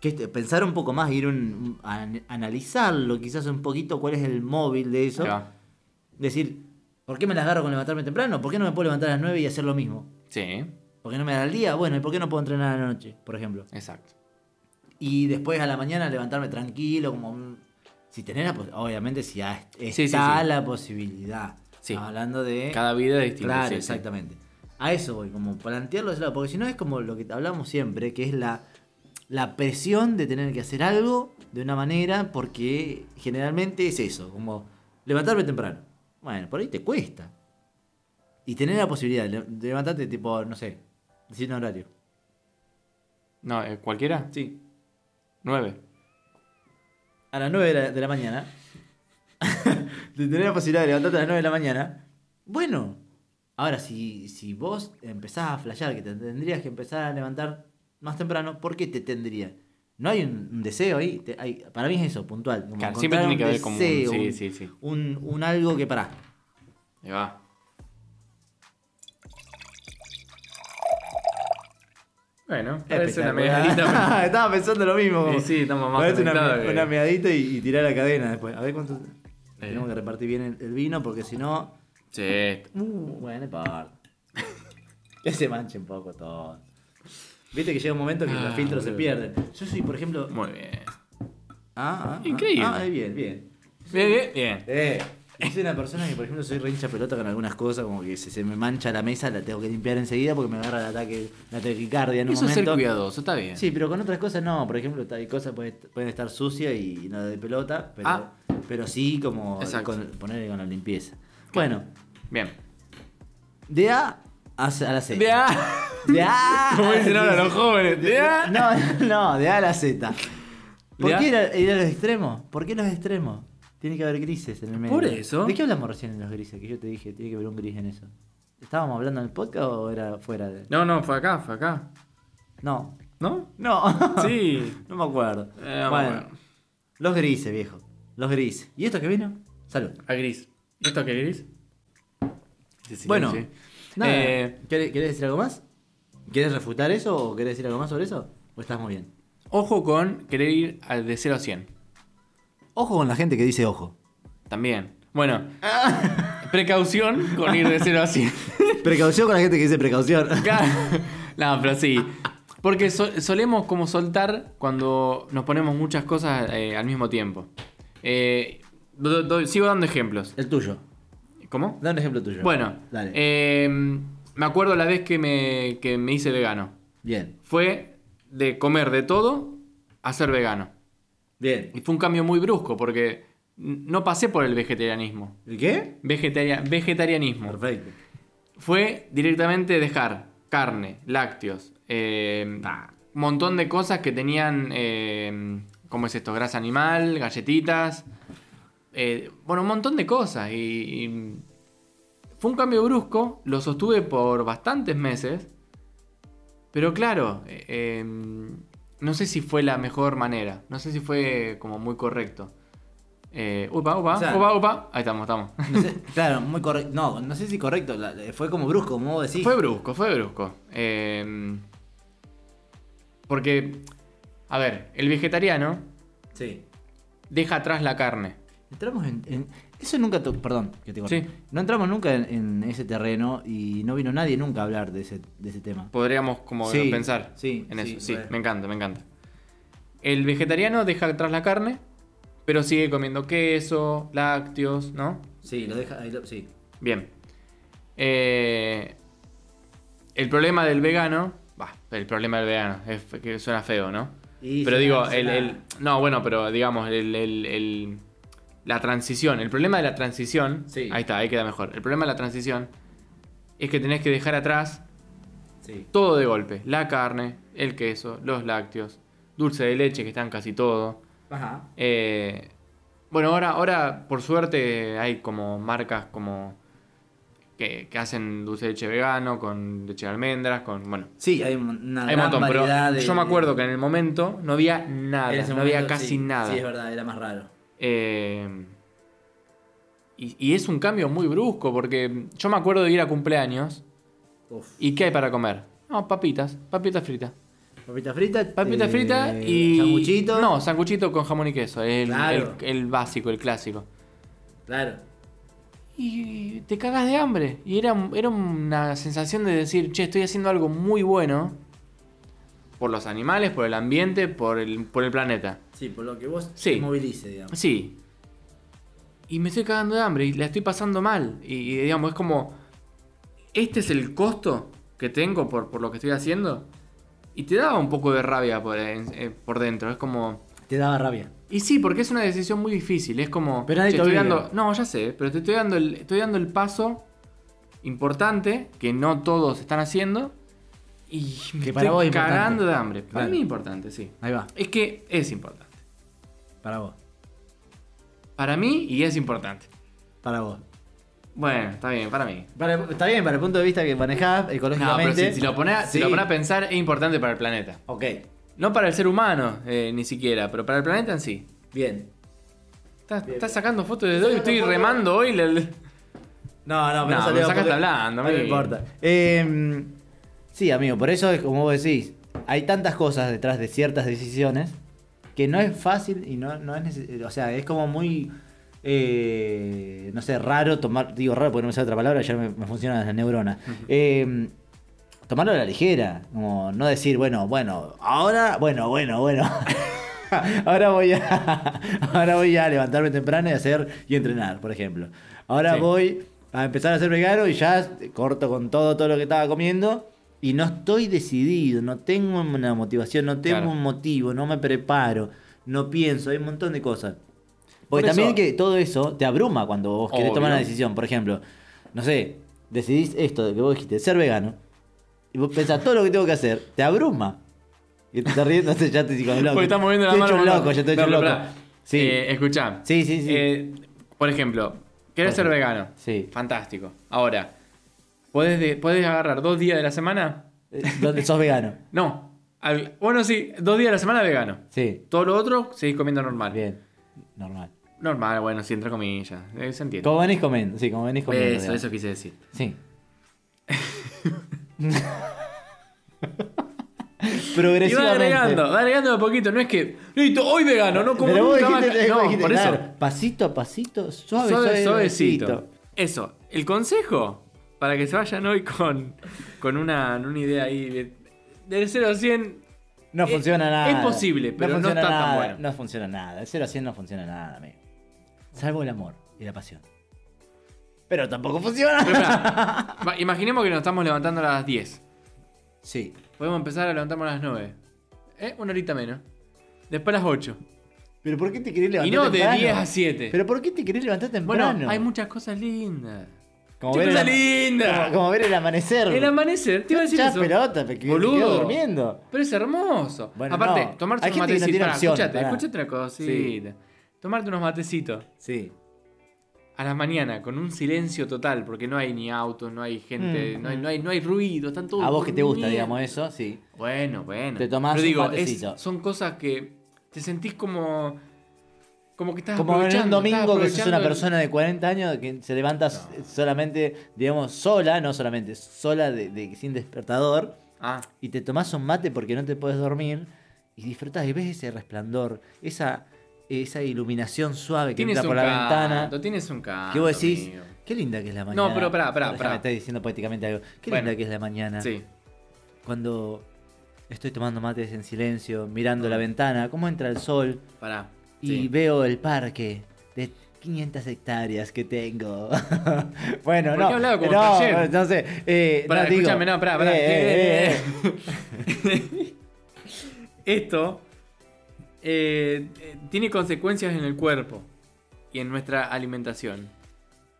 S3: Que este- pensar un poco más, ir un, a- analizarlo quizás un poquito, cuál es el móvil de eso.
S2: Ahí va.
S3: Decir, ¿por qué me las agarro con levantarme temprano? ¿Por qué no me puedo levantar a las 9 y hacer lo mismo?
S2: Sí,
S3: Porque no me da el día, bueno, ¿y por qué no puedo entrenar a la noche, por ejemplo?
S2: exacto.
S3: Y después a la mañana levantarme tranquilo, como... un- Si tenés la pos- obviamente si ha- está
S2: Sí, sí, sí.
S3: la posibilidad.
S2: Sí.
S3: Hablando de...
S2: Cada vida es distinta.
S3: Claro,
S2: sí, sí.
S3: exactamente. A eso voy, como plantearlo de ese lado, porque si no es como lo que hablamos siempre, que es la, la presión de tener que hacer algo de una manera, porque generalmente es eso, como levantarme temprano. Bueno, por ahí te cuesta. Y tener la posibilidad de le- de levantarte, tipo, no sé, decir un horario.
S2: No, eh, ¿cualquiera?
S3: Sí.
S2: Nueve.
S3: a las 9 de la, de la mañana, de tener la posibilidad de levantarte a las 9 de la mañana, bueno, ahora si, si vos empezás a flashear que te tendrías que empezar a levantar más temprano, ¿por qué te tendría? No hay un, un deseo ahí, te- hay- para mí es eso, puntual. como
S2: Claro, siempre
S3: encontrar
S2: tiene
S3: un
S2: que haber como un-
S3: deseo,
S2: sí,
S3: un-
S2: sí, sí.
S3: Un, un algo que pará.
S2: Ahí va. Bueno, parece una medianita.
S3: Espectacular. Estaba pensando lo mismo.
S2: Y sí, estamos más
S3: Parece una,
S2: conectados que-
S3: una meadita y, y tirar la cadena después. A ver cuánto... Tenemos que repartir bien el- el vino porque si no...
S2: Sí.
S3: Uh, bueno, no importa. que se manche un poco todo. Viste que llega un momento que los
S2: Ah,
S3: filtros se
S2: boludo.
S3: pierden. Yo soy, por ejemplo.
S2: Muy bien.
S3: Ah, ah, ah,
S2: Increíble.
S3: Ah, bien, bien.
S2: Bien, bien, bien.
S3: Eh, yo soy una persona que, por ejemplo, soy re hincha pelota con algunas cosas, como que si se me mancha la mesa la tengo que limpiar enseguida porque me agarra el ataque, la taquicardia en un
S2: Eso es ser
S3: momento.
S2: cuidadoso, está bien.
S3: Sí, pero con otras cosas no. Por ejemplo, hay cosas puede- pueden estar sucias y no de pelota, pero,
S2: Ah.
S3: pero sí como
S2: Exacto.
S3: con, ponerle con la limpieza. Bueno,
S2: Bien.
S3: de A a, a la C.
S2: De A.
S3: De A.
S2: Como dicen ahora los jóvenes. De A.
S3: No, no, de A a la Z.
S2: De
S3: ¿Por
S2: A-
S3: qué ir a, ir a los extremos? ¿Por qué los extremos? Tiene que haber grises en el medio.
S2: Por eso.
S3: ¿De qué hablamos recién en los grises? Que yo te dije, tiene que haber un gris en eso. ¿Estábamos hablando en el podcast o era fuera de.?
S2: No, no, fue acá, fue acá.
S3: No.
S2: ¿No?
S3: No.
S2: Sí.
S3: no me acuerdo.
S2: Eh, no me
S3: bueno.
S2: acuerdo.
S3: Los grises, viejo. Los grises. ¿Y esto que vino? Salud.
S2: A gris. ¿Esto qué gris?
S3: bueno. Nada.
S2: Eh,
S3: ¿querés, querés decir algo más? ¿Querés refutar eso o querés decir algo más sobre eso? ¿O estás muy bien?
S2: ojo con querer ir al de 0 a 100.
S3: Ojo con la gente que dice ojo.
S2: También. Bueno. Precaución con ir de 0 a 100.
S3: Precaución con la gente que dice precaución.
S2: Claro. No, pero sí. Porque so- solemos como soltar cuando nos ponemos muchas cosas eh, al mismo tiempo. Eh, do- do- sigo dando ejemplos.
S3: El tuyo.
S2: ¿Cómo?
S3: Da un ejemplo tuyo.
S2: Bueno,
S3: Dale.
S2: eh, me acuerdo la vez que me, que me hice vegano.
S3: bien.
S2: Fue de comer de todo a ser vegano.
S3: Bien.
S2: Y fue un cambio muy brusco porque n- no pasé por el vegetarianismo.
S3: ¿El qué?
S2: Vegetaria- vegetarianismo.
S3: Perfecto.
S2: Fue directamente dejar carne, lácteos, eh, un montón de cosas que tenían, eh, ¿cómo es esto? Grasa animal, galletitas, eh, bueno, un montón de cosas. Y, y fue un cambio brusco, lo sostuve por bastantes meses, pero claro, eh, eh, no sé si fue la mejor manera, no sé si fue como muy correcto. Eh, upa, upa,
S3: O sea-
S2: upa, upa, ahí estamos, estamos.
S3: No sé, claro, muy correcto. No, no sé si correcto. la- la- fue como brusco, como vos decís.
S2: Fue brusco, fue brusco. Eh, porque, a ver, el vegetariano
S3: Sí.
S2: deja atrás la carne.
S3: Entramos en. en- eso nunca. to- Perdón, que te corte.
S2: Sí.
S3: No entramos nunca en, en ese terreno y no vino nadie nunca a hablar de ese, de ese tema.
S2: Podríamos como
S3: Sí,
S2: pensar
S3: sí,
S2: en
S3: sí,
S2: eso. Sí,
S3: re.
S2: me encanta, me encanta. El vegetariano deja atrás la carne, pero sigue comiendo queso, lácteos, ¿no?
S3: Sí, lo deja. ahí lo- sí.
S2: Bien. Eh, el problema del vegano. Bah, el problema del vegano. Es que suena feo, ¿no?
S3: Y
S2: pero
S3: suena-
S2: digo,
S3: suena-
S2: el, el- No, bueno, pero digamos, el, el- el- la transición. El problema de la transición.
S3: Sí.
S2: Ahí está, ahí queda mejor. El problema de la transición es que tenés que dejar atrás
S3: Sí.
S2: todo de golpe. La carne, el queso, los lácteos, dulce de leche, que están casi todo.
S3: Ajá.
S2: Eh, bueno, ahora, ahora, por suerte, hay como marcas como que, que hacen dulce de leche vegano, con leche de almendras, con. Bueno,
S3: Sí, hay una
S2: hay un
S3: gran
S2: montón, pero
S3: variedad de-
S2: yo me acuerdo que en el momento no había nada,
S3: en ese
S2: no había
S3: momento,
S2: casi
S3: sí,
S2: nada.
S3: Sí, es verdad, era más raro.
S2: Eh, y, y es un cambio muy brusco, porque yo me acuerdo de ir a cumpleaños.
S3: Uf.
S2: ¿Y qué hay para comer? No, papitas, papitas fritas.
S3: Papita frita.
S2: Papita
S3: eh,
S2: frita y.
S3: Sanguchito.
S2: No, sanguchito con jamón y queso. El,
S3: Claro.
S2: el- el básico, el clásico.
S3: Claro.
S2: Y te cagas de hambre. Y era, era una sensación de decir, che, estoy haciendo algo muy bueno. Por los animales, por el ambiente, por el, por el planeta.
S3: Sí, por lo que vos
S2: Sí.
S3: te movilice, digamos.
S2: Sí. Y me estoy cagando de hambre y la estoy pasando mal. Y, y, digamos, es como. este es el costo que tengo por, por lo que estoy haciendo. Y te daba un poco de rabia por, en- eh, por dentro. Es como.
S3: Te daba rabia.
S2: Y sí, porque es una decisión muy difícil. Es como.
S3: Pero nadie
S2: che,
S3: te
S2: estoy
S3: obliga.
S2: dando, No, ya sé, pero te estoy dando el, estoy dando el paso importante que no todos están haciendo. Y me
S3: Que para
S2: estoy
S3: vos es importante.
S2: cagando de hambre. Para
S3: Claro.
S2: mí es importante, sí.
S3: Ahí va,
S2: Es que es importante.
S3: para vos.
S2: Para mí y es importante.
S3: Para vos.
S2: Bueno, está bien, para mí.
S3: Para- está bien, para el punto de vista que manejás
S2: No, pero
S3: ecológicamente.
S2: si, si lo pones a, si
S3: Sí.
S2: lo ponés a pensar, es importante para el planeta.
S3: Ok,
S2: No para el ser humano, eh, ni siquiera, pero para el planeta en sí.
S3: bien.
S2: Estás estás sacando fotos de hoy, estoy remando hoy. la- la-
S3: No, no, pero
S2: No,
S3: salió
S2: pero sacaste
S3: porque-
S2: hablando,
S3: No me
S2: amigo.
S3: importa. Eh, sí, amigo, por eso es como vos decís. Hay tantas cosas detrás de ciertas decisiones que no es fácil y no, no es necesario. O sea, es como muy. eh, no sé, raro tomar. Digo raro porque no me sale otra palabra, ya me, me funcionan las neuronas. Eh, tomarlo a la ligera. Como no decir, bueno, bueno, ahora, bueno, bueno, bueno. Ahora voy, a, ahora voy a levantarme temprano y hacer y entrenar, por ejemplo. Ahora
S2: Sí.
S3: voy a empezar a ser vegano y ya corto con todo, todo lo que estaba comiendo. Y no estoy decidido, no tengo una motivación, no tengo
S2: Claro.
S3: un motivo, no me preparo, no pienso, hay un montón de cosas.
S2: Por
S3: Porque también
S2: eso-
S3: que todo eso te abruma cuando vos querés
S2: Obvio.
S3: tomar una decisión. Por ejemplo, no sé, decidís esto de que vos dijiste, ser vegano. Y vos pensás todo lo que tengo que hacer, te abruma. Y te estás riendo, entonces ya te digo loco.
S2: Porque estás moviendo la
S3: te he
S2: mano.
S3: hecho un
S2: ¿no?
S3: loco, ya te he
S2: No,
S3: hecho un
S2: pero
S3: loco.
S2: pará.
S3: Sí.
S2: Eh, escuchá.
S3: sí, sí, sí.
S2: Eh, por ejemplo, querés ser
S3: Ojo.
S2: vegano.
S3: Sí.
S2: Fantástico. Ahora, ¿puedes, de- ¿puedes agarrar dos días de la semana?
S3: Eh, Donde sos vegano.
S2: No. Al- bueno, sí, dos días de la semana vegano.
S3: Sí,
S2: Todo lo otro, seguís comiendo normal.
S3: bien. Normal.
S2: Normal, bueno, sí, entre comillas. Eh, se entiende.
S3: Como venís comiendo, sí, como venís comiendo.
S2: Eso,
S3: digamos.
S2: eso quise decir.
S3: Sí. Progresivamente.
S2: Y va agregando, va agregando de a poquito. No es que, listo, hoy vegano, no como
S3: Pero vos
S2: nunca más
S3: dijiste,
S2: ca-".
S3: vos
S2: No,
S3: dijiste,
S2: por eso,
S3: claro, pasito a pasito, suave,
S2: suave,
S3: suave,
S2: suavecito.
S3: suavecito.
S2: Eso, el consejo para que se vayan hoy con, con una, una idea ahí de, del 0 a 100.
S3: No
S2: Eh, Es-
S3: funciona nada.
S2: es posible, pero no
S3: funciona
S2: está tan
S3: nada,
S2: bueno.
S3: No funciona nada. El 0 a 100 no funciona nada, amigo. Salvo el amor y la pasión. Pero tampoco funciona.
S2: Pero pará, va, imaginemos que nos estamos levantando a las 10.
S3: Sí.
S2: Podemos empezar a levantarnos a las 9. ¿Eh? Una horita menos. Después a las 8.
S3: Pero ¿por qué te querés levantar
S2: Y no de
S3: temprano?
S2: 10 a 7.
S3: Pero ¿por qué te querés levantar
S2: bueno,
S3: temprano?
S2: hay muchas cosas lindas.
S3: como
S2: ¡Qué
S3: ver, el,
S2: cosa
S3: ama-
S2: linda!
S3: como, como ver el amanecer.
S2: El amanecer, te iba a decir
S3: Ya,
S2: eso.
S3: pelota, pe- que- que quedó durmiendo.
S2: Pero es hermoso.
S3: Bueno,
S2: Aparte,
S3: no.
S2: tomarte
S3: Hay
S2: unos
S3: gente que no tiene
S2: matecitos. Pará,
S3: opción,
S2: escuchate,
S3: pará.
S2: escuchate una cosita. Tomarte unos matecitos
S3: Sí.
S2: a la mañana con un silencio total, porque no hay ni autos, no hay gente,
S3: Mm,
S2: no, hay, no, hay, no hay ruido, están todos.
S3: A vos que te gusta,
S2: durmiendo.
S3: digamos, eso, sí.
S2: Bueno, bueno.
S3: Te tomás
S2: Pero
S3: un
S2: digo,
S3: matecito.
S2: es- son cosas que te sentís como. Como que estás
S3: Como en un
S2: aprovechando, estás
S3: domingo que sos
S2: aprovechando
S3: una
S2: el-
S3: persona de 40 años que se levanta solamente, digamos, sola, no solamente, sola de, de- sin despertador,
S2: Ah,
S3: y te tomás un mate porque no te puedes dormir, y disfrutás y ves ese resplandor, esa, esa iluminación suave que
S2: tienes un
S3: entra por la ventana.
S2: canto, tienes un canto.
S3: Que vos decís,
S2: amigo.
S3: qué linda que es la mañana.
S2: No, pero pará, pará,
S3: Déjame,
S2: pará.
S3: Estás diciendo poéticamente algo. Qué
S2: Bueno.
S3: linda que es la mañana.
S2: Sí.
S3: Cuando estoy tomando mates en silencio, mirando la ventana, cómo entra el sol
S2: Pará.
S3: y
S2: Ah. sí.
S3: veo el parque de 500 hectáreas que tengo. bueno,
S2: ¿Por
S3: no.
S2: qué hablaba como
S3: no,
S2: taller?
S3: no sé. Eh,
S2: Pará,
S3: no, digo,
S2: escúchame, no, pará, pará.
S3: eh, eh, eh,
S2: eh. Esto eh, eh, tiene consecuencias en el cuerpo y en nuestra alimentación.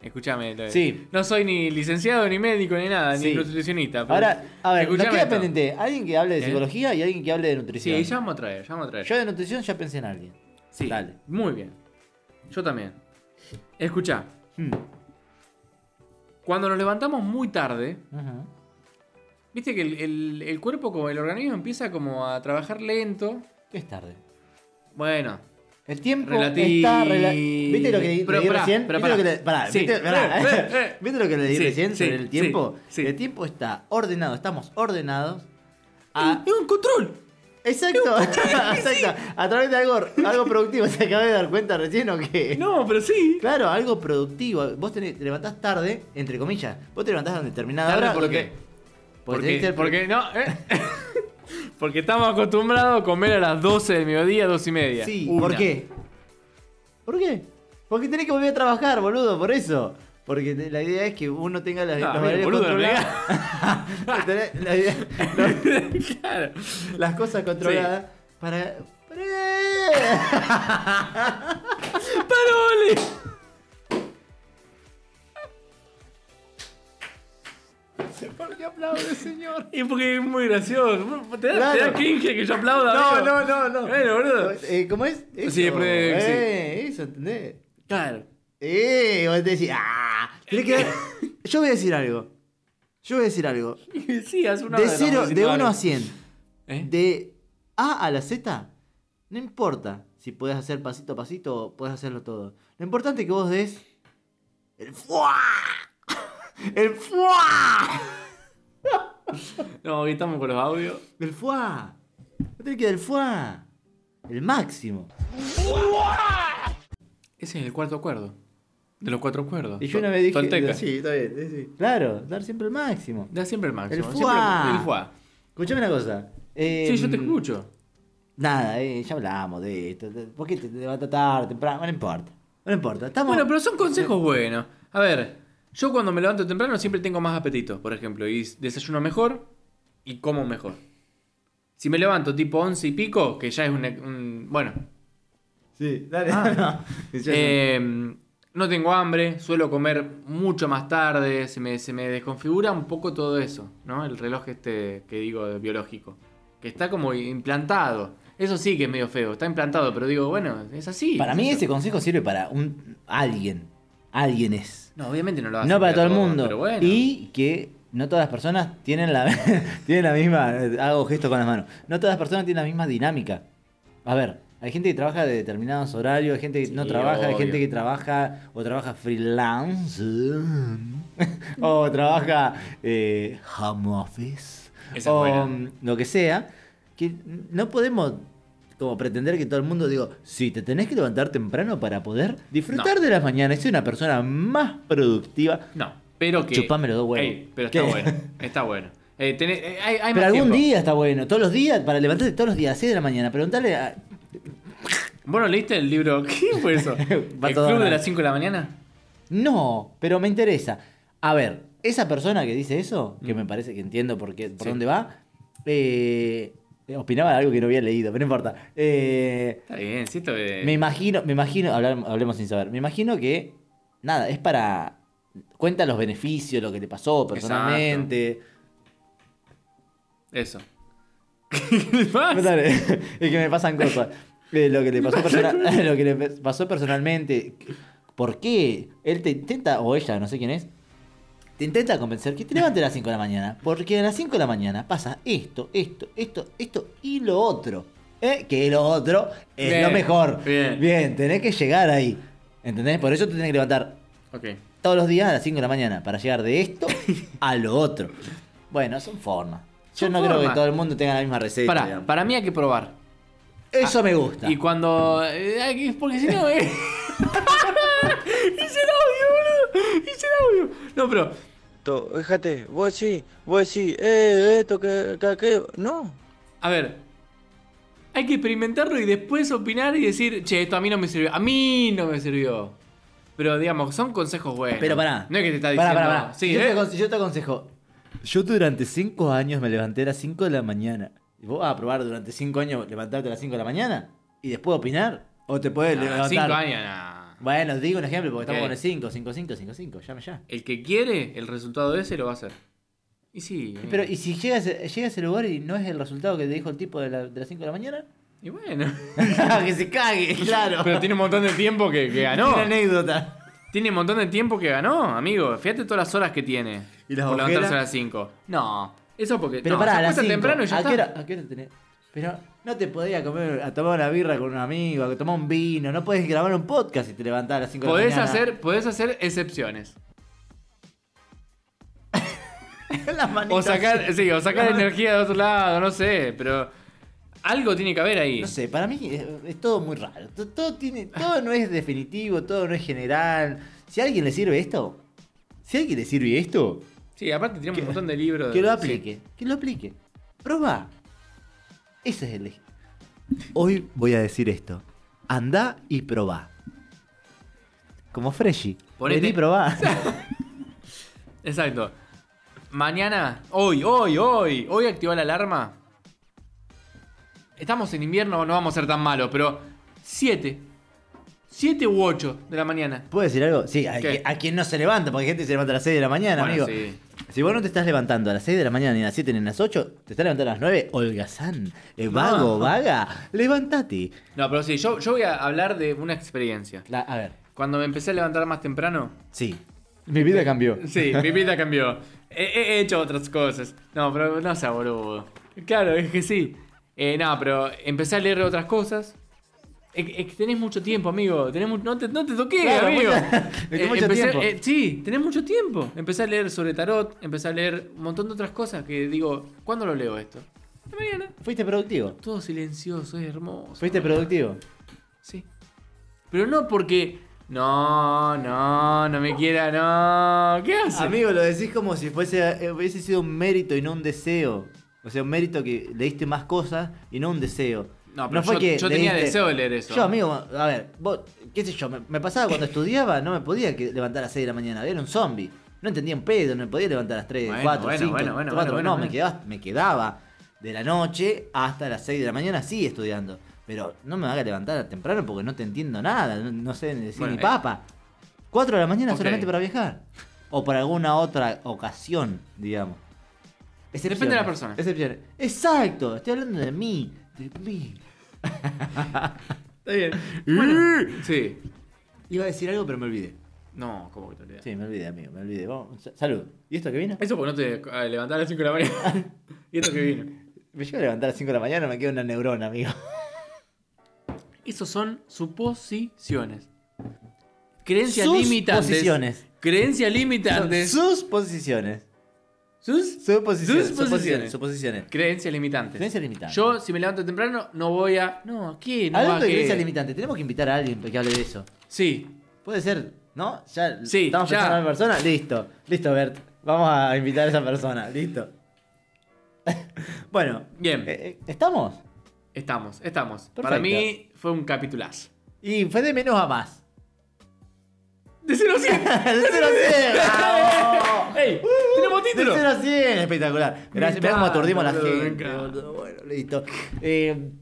S2: Escúchame, Loe.
S3: Sí.
S2: no soy ni licenciado, ni médico, ni nada,
S3: Sí.
S2: ni nutricionista. pero-
S3: Ahora, a ver, nos
S2: escuchame
S3: queda
S2: esto.
S3: pendiente alguien que hable de
S2: ¿Eh?
S3: psicología y alguien que hable de nutrición.
S2: Sí, ya vamos a traer, ya vamos a traer.
S3: Yo de nutrición ya pensé en alguien.
S2: sí,
S3: dale.
S2: Muy bien. Yo también. Escucha,
S3: Hmm,
S2: cuando nos levantamos muy tarde,
S3: ujú.
S2: viste que el, el- el cuerpo, como el organismo, empieza como a trabajar lento.
S3: ¿Qué es tarde?
S2: Bueno,
S3: El tiempo
S2: Relati-
S3: está rela- ¿Viste lo que le-
S2: Pero
S3: leí
S2: pará,
S3: recién?
S2: pero
S3: ¿Viste lo
S2: pará.
S3: que le- pará,
S2: Sí.
S3: ¿viste- pará?
S2: Eh, eh, eh.
S3: ¿Viste lo que le leí
S2: Sí,
S3: recién
S2: sí,
S3: sobre el
S2: sí,
S3: tiempo?
S2: sí.
S3: El tiempo está ordenado, estamos ordenados. A...
S2: es un control.
S3: Exacto, exacto. A través de algo, algo productivo. ¿Se acaba de dar cuenta recién o qué?
S2: No, pero sí.
S3: Claro, algo productivo. Vos tenés- te levantás tarde, entre comillas. Vos te levantás a determinada
S2: Tarde,
S3: hora.
S2: ¿por
S3: porque-
S2: qué?
S3: porque
S2: Porque,
S3: tenés que-
S2: porque no, eh. porque estamos acostumbrados a comer a las 12 del mediodía, 2 y media.
S3: Sí,
S2: Una.
S3: ¿por qué? ¿Por qué? Porque tenés que volver a trabajar, boludo, por eso. Porque te- la idea es que uno tenga las,
S2: No,
S3: los
S2: amigo,
S3: horarios
S2: boludo, no me
S3: controlados. Tener la idea- los-
S2: claro.
S3: las cosas controladas para. para-
S2: ¡Parole!
S3: ¿Por qué aplaude, señor?
S2: Y porque es muy gracioso. ¿Te da,
S3: Claro.
S2: te da cringe que yo aplauda?
S3: No,
S2: amigo?
S3: no, no, no.
S2: Bueno, boludo.
S3: Eh, ¿Cómo es? Eso,
S2: Sí, porque- sí.
S3: eh, Eso, ¿entendés?
S2: Claro.
S3: Eh, vos decís, ah, tenés que dar- Yo voy a decir algo. Yo voy a decir algo.
S2: Sí, hace una
S3: De
S2: hora
S3: cero,
S2: estamos
S3: de
S2: diciendo
S3: 1 a
S2: algo.
S3: 100.
S2: ¿Eh?
S3: De A a la Z, no importa si puedes hacer pasito a pasito o puedes hacerlo todo. Lo importante es que vos des el fuá. El fuá.
S2: No, hoy estamos con los audios.
S3: El fuá. Vos tenés que dar el fuá. El máximo.
S2: Ese es el cuarto acuerdo. De los cuatro acuerdos.
S3: Y yo una vez dije,
S2: Tolteca.
S3: sí, está bien, sí, sí. Claro, dar siempre el máximo.
S2: Da siempre el máximo.
S3: El
S2: siempre
S3: fuá.
S2: El fuá.
S3: Escuchame una cosa.
S2: Sí, yo te
S3: em,
S2: escucho.
S3: Nada, eh, ya hablamos de esto. de- ¿Por qué te, te va a tratar temprano? No importa. No importa. Estamos.
S2: Bueno, pero son consejos buenos. A ver, yo cuando me levanto temprano siempre tengo más apetito, por ejemplo, y desayuno mejor y como mejor. Si me levanto tipo 11 y pico, que ya es un... un- bueno,
S3: Sí, dale. no. Ya sé.
S2: eh, no tengo hambre, suelo comer mucho más tarde, se me, se me desconfigura un poco todo eso, ¿no? El reloj este que digo de biológico, que está como implantado. Eso sí que es medio feo, está implantado, pero digo, bueno, es así.
S3: para
S2: es
S3: mí
S2: eso.
S3: ese consejo sirve para un alguien. Alguien es.
S2: No, obviamente no lo hace
S3: No para todo el
S2: todos,
S3: mundo.
S2: Pero bueno.
S3: Y que no todas las personas tienen la, tienen la misma. eh, Hago gestos con las manos. No todas las personas tienen la misma dinámica. A ver, hay gente que trabaja de determinados horarios, hay gente que no
S2: Sí,
S3: trabaja, hay
S2: obvio.
S3: gente que trabaja o trabaja freelance o trabaja eh, home office
S2: Esa es
S3: o
S2: buena.
S3: mm, lo que sea. Que no podemos como pretender que todo el mundo diga, si te tenés que levantar temprano para poder disfrutar de las mañanas y ser una persona más productiva.
S2: No, pero que.
S3: Chupame los dos huevos.
S2: Ey, pero está
S3: ¿Qué?
S2: bueno. Está bueno. Eh, tenés- eh, hay, hay
S3: Pero
S2: más
S3: algún
S2: tiempo.
S3: día está bueno, todos los días, para levantarte todos los días a 6 de la mañana, preguntarle a...
S2: Bueno, leíste el libro. ¿Qué fue eso? ¿El
S3: Va todo
S2: club de
S3: mal.
S2: las 5 de la mañana?
S3: No, pero me interesa. A ver, esa persona que dice eso, que me parece que entiendo por, qué, por
S2: Mm. Sí.
S3: dónde va, eh, opinaba algo que no había leído, pero no importa. Eh,
S2: Está bien, sí, esto es-
S3: Me imagino, me imagino, hablar- hablemos sin saber, me imagino que, nada, es para, cuenta los beneficios, lo que te pasó personalmente.
S2: Eso. ¿Qué le pasa?
S3: No, Pues dale, es que me pasan cosas. Eh, lo, que le pasó persona- lo que le pe- pasó personalmente, ¿por qué? Él te intenta, o ella, no sé quién es, te intenta convencer que te levantes a las 5 de la mañana, porque a las 5 de la mañana pasa esto, esto, esto, esto y lo otro. ¿eh? Que lo otro es
S2: Bien,
S3: lo mejor.
S2: bien.
S3: bien, tenés que llegar ahí. ¿Entendés? Por eso te tenés que levantar
S2: Ok.
S3: todos los días a las 5 de la mañana para llegar de esto a lo otro. Bueno, son formas. Yo
S2: Son
S3: no creo
S2: formas.
S3: que todo el mundo tenga la misma receta.
S2: Para,
S3: digamos.
S2: para mí hay que probar.
S3: Eso me gusta.
S2: Ah, Y cuando. eh, hay que- porque si no. eh. Hice el audio, boludo. Hice el audio. No, pero.
S4: To- Fíjate, vos sí, vos sí, eh, esto, que, que, aquello. No,
S2: A ver. Hay que experimentarlo y después opinar y decir, che, esto a mí no me sirvió. A mí no me sirvió. Pero digamos, son consejos buenos.
S3: Pero pará.
S2: No es que te está
S3: Pará,
S2: diciendo.
S3: pará, pará.
S2: Sí,
S3: yo, te
S2: eh.
S3: aconse- yo te aconsejo. Yo durante 5 años me levanté a las 5 de la mañana. ¿Y ¿Vos vas a probar durante 5 años levantarte a las 5 de la mañana? ¿Y después opinar? ¿O te puedes
S2: Ah,
S3: levantar?
S2: cinco años, nah.
S3: Bueno, digo un ejemplo porque
S2: Ok.
S3: estamos con el 5, 5, 5, 5, 5. Llame ya.
S2: El que quiere el resultado ese lo va a hacer. Y sí. eh. amigo.
S3: Pero, ¿y si llegas, llega a ese lugar y no es el resultado que te dijo el tipo de, la- de las 5 de la mañana?
S2: Y bueno.
S3: que se cague, claro.
S2: Pero tiene un montón de tiempo que, que ganó.
S3: Una anécdota.
S2: Tiene un montón de tiempo que ganó, amigo. Fíjate todas las horas que tiene.
S3: ¿Y las
S2: por
S3: ojeras?
S2: levantarse a las 5. No. Eso porque.
S3: Pero
S2: no,
S3: pará,
S2: se
S3: a las
S2: acuesta
S3: 5.
S2: temprano y ya
S3: ¿A
S2: está.
S3: qué hora, a qué hora tenés? Pero no te podías comer a tomar una birra con un amigo, a tomar un vino, no podés grabar un podcast si te levantás a las 5 de la
S2: Podés
S3: mañana.
S2: hacer, podés hacer excepciones.
S3: las manitas.
S2: O sacar, sí, o sacar energía de otro lado, no sé, pero algo tiene que haber ahí.
S3: No sé, para mí es, es todo muy raro. To- Todo, tiene, todo no es definitivo, todo no es general. Si a alguien le sirve esto,
S5: Si a alguien le sirve esto,
S2: Sí, aparte tenemos un montón de libros. de-
S3: que lo
S2: sí.
S3: aplique. Que lo aplique. Proba. Ese es el eje. Hoy voy a decir esto. Andá y probá. Como Freshy.
S2: Ponete-
S3: Vení, probá.
S2: Exacto. Mañana, hoy, hoy, hoy, hoy activó la alarma. Estamos en invierno, no vamos a ser tan malos, pero 7. 7 u 8 de la mañana.
S3: ¿Puedo decir algo? Sí, a,
S2: ¿Qué?
S3: a quien no se levanta, porque hay gente que se levanta a las 6 de la mañana,
S2: Bueno,
S3: amigo.
S2: sí.
S3: Si vos no te estás levantando a las 6 de la mañana, ni a las 7, ni a las 8, te estás levantando a las 9, holgazán, eh, vago, vaga, levantate.
S2: No, pero sí, yo, yo voy a hablar de una experiencia.
S3: La- a ver,
S2: Cuando me empecé a levantar más temprano,
S3: sí.
S5: Mi vida cambió.
S2: sí, mi vida cambió. He, he hecho otras cosas. No, pero no sea boludo. Claro, es que sí. Eh, no, pero empecé a leer otras cosas. Es que- es que tenés mucho tiempo, amigo. Tenés mu- no, te, no te toques,
S3: Claro,
S2: amigo.
S3: mucha- es que
S2: Eh,
S3: mucho
S2: empecé-
S3: tiempo.
S2: eh, sí, tenés mucho tiempo. Empecé a leer sobre tarot, empecé a leer un montón de otras cosas que digo, ¿cuándo lo leo esto? La mañana.
S3: Fuiste productivo.
S2: Todo silencioso, es hermoso.
S3: Fuiste productivo.
S2: Sí. Pero no porque. No, no, no me quiera, no. ¿Qué hace?
S3: Amigo, lo decís como si fuese, eh, hubiese sido un mérito y no un deseo. O sea, un mérito que leíste más cosas y no un deseo.
S2: No, pero yo- yo tenía deseo de leer eso.
S3: Yo, amigo, a ver, vos, qué sé yo, me, me pasaba cuando estudiaba, no me podía que- levantar a las 6 de la mañana, era un zombie. No entendía un pedo, no me podía levantar a las 3,
S2: Bueno,
S3: 4,
S2: bueno,
S3: 5,
S2: bueno, bueno,
S3: 4,
S2: bueno,
S3: no,
S2: bueno.
S3: Me, quedaba, me quedaba de la noche hasta las 6 de la mañana, sí, estudiando. Pero no me haga levantar temprano porque no te entiendo nada, no, no sé decir
S2: Bueno,
S3: ni
S2: eh.
S3: papa. 4 de la mañana
S2: Ok.
S3: solamente para viajar. O para alguna otra ocasión, digamos.
S2: Depende de la persona.
S3: Excepciones. Exacto, estoy hablando de mí. De mí.
S2: Está bien. sí.
S3: Iba a decir algo, pero me olvidé.
S2: No, ¿cómo que te olvidas?
S3: Sí, me olvidé, amigo, me olvidé. Vamos, sa- salud. ¿Y esto que vino?
S2: Eso porque no te a levantar a las 5 de la mañana. y esto que vino.
S3: Me llego a levantar a las 5 de la mañana, me queda una neurona, amigo.
S2: Esos son suposiciones. Creencias
S3: Sus
S2: limitantes.
S3: posiciones.
S2: Creencias limitantes.
S3: Sus posiciones.
S2: sus
S3: Sus posiciones.
S2: Sus posiciones.
S3: Suposiciones.
S2: creencias limitantes.
S3: Creencias limitantes.
S2: Yo, si me levanto temprano, no voy a. No, ¿qué? No va,
S3: Hablando de
S2: ¿qué?
S3: creencias limitantes, tenemos que invitar a alguien que hable de eso.
S2: Sí.
S3: Puede ser, ¿no? Ya
S2: Sí,
S3: estamos
S2: ya.
S3: pensando en una persona. Listo, listo, Bert. Vamos a invitar a esa persona, listo. bueno,
S2: Bien.
S3: eh, eh, ¿estamos?
S2: Estamos, estamos. Para
S3: Perfecto.
S2: mí fue un capitulazo.
S3: Y fue de menos a más.
S2: De 0 a 100.
S3: ¡De 0 a 100! ¡Vamos!
S2: ¡Ey! ¡Tenemos
S3: ¡De
S2: título!
S3: 0 a 100! Espectacular. Gracias. Mirá cómo aturdimos a la
S2: boludo, me
S3: gente.
S2: encanta.
S3: boludo. Bueno, listo. Eh,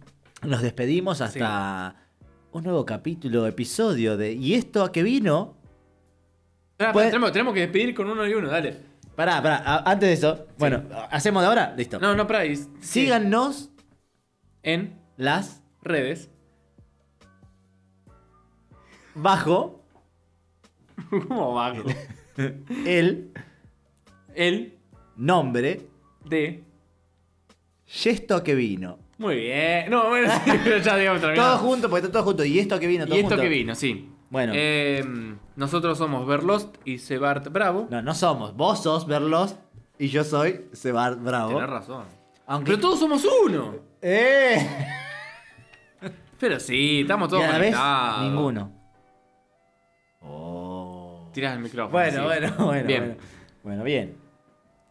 S3: nos despedimos hasta un nuevo capítulo, episodio de ¿Y esto a qué vino?
S2: Pará, pará,
S3: Puede-
S2: tenemos, tenemos que despedir con uno y uno, dale.
S3: Pará, pará. a- Antes de eso, bueno, ¿hacemos de ahora? Listo.
S2: No, no, pará. y-
S3: Síganos
S2: En
S3: las
S2: redes.
S3: bajo
S2: ¿Cómo bajo?
S3: el
S2: El
S3: nombre
S2: de.
S3: Yesto que vino.
S2: Muy bien. No, bueno, sí, ya digamos
S3: Todo
S2: terminado.
S3: junto, porque está todo junto. Y esto que vino, todo
S2: Y esto
S3: junto.
S2: que vino, sí.
S3: Bueno.
S2: Eh, nosotros somos Berlost y Sebart Bravo.
S3: No, no somos. Vos sos Verlos y yo soy Sebar Bravo.
S2: Tenés razón.
S3: Aunque.
S2: Pero todos somos uno.
S3: ¡Eh!
S2: Pero sí, estamos
S3: Y
S2: todos
S3: a la vez,
S2: conectados.
S3: ninguno. Oh.
S2: Tirás el micrófono.
S3: Bueno,
S2: sí.
S3: bueno, bueno,
S2: Bien.
S3: bueno. Bueno, bien.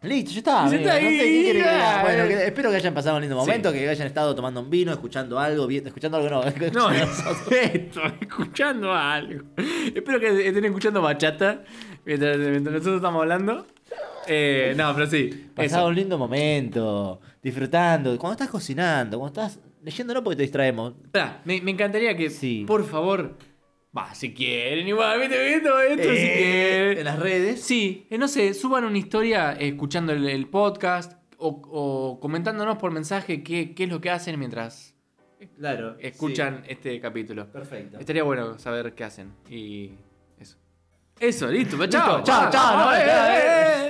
S3: Listo, ya está.
S2: Ya
S3: amigo.
S2: está
S3: No sé
S2: ahí,
S3: qué quiere que
S2: ya,
S3: diga. Bueno,
S2: eh.
S3: que- espero que hayan pasado un lindo momento,
S2: Sí.
S3: que hayan estado tomando un vino, escuchando algo, vi- escuchando algo no.
S2: No, esto, escuchando algo. Espero que estén escuchando bachata mientras, mientras nosotros estamos hablando. Eh, no, pero sí.
S3: Pasado
S2: eso.
S3: un lindo momento, disfrutando, cuando estás cocinando, cuando estás leyendo no porque te distraemos.
S2: Pará, me, me encantaría que,
S3: Sí.
S2: por favor, va, si quieren, igual, viste, esto, esto, si
S3: Eh,
S2: quieren.
S3: en las redes.
S2: Sí, eh, no sé, suban una historia eh, escuchando el, el podcast o, o comentándonos por mensaje qué, qué es lo que hacen mientras
S3: Claro.
S2: escuchan este capítulo.
S3: Perfecto.
S2: Estaría bueno saber qué hacen y eso. Eso, listo.
S3: Listo,
S2: Chao,
S3: chao, chao,
S2: vamos,
S3: no,
S2: eh,
S3: chao,
S2: eh,
S3: eh.
S2: eh.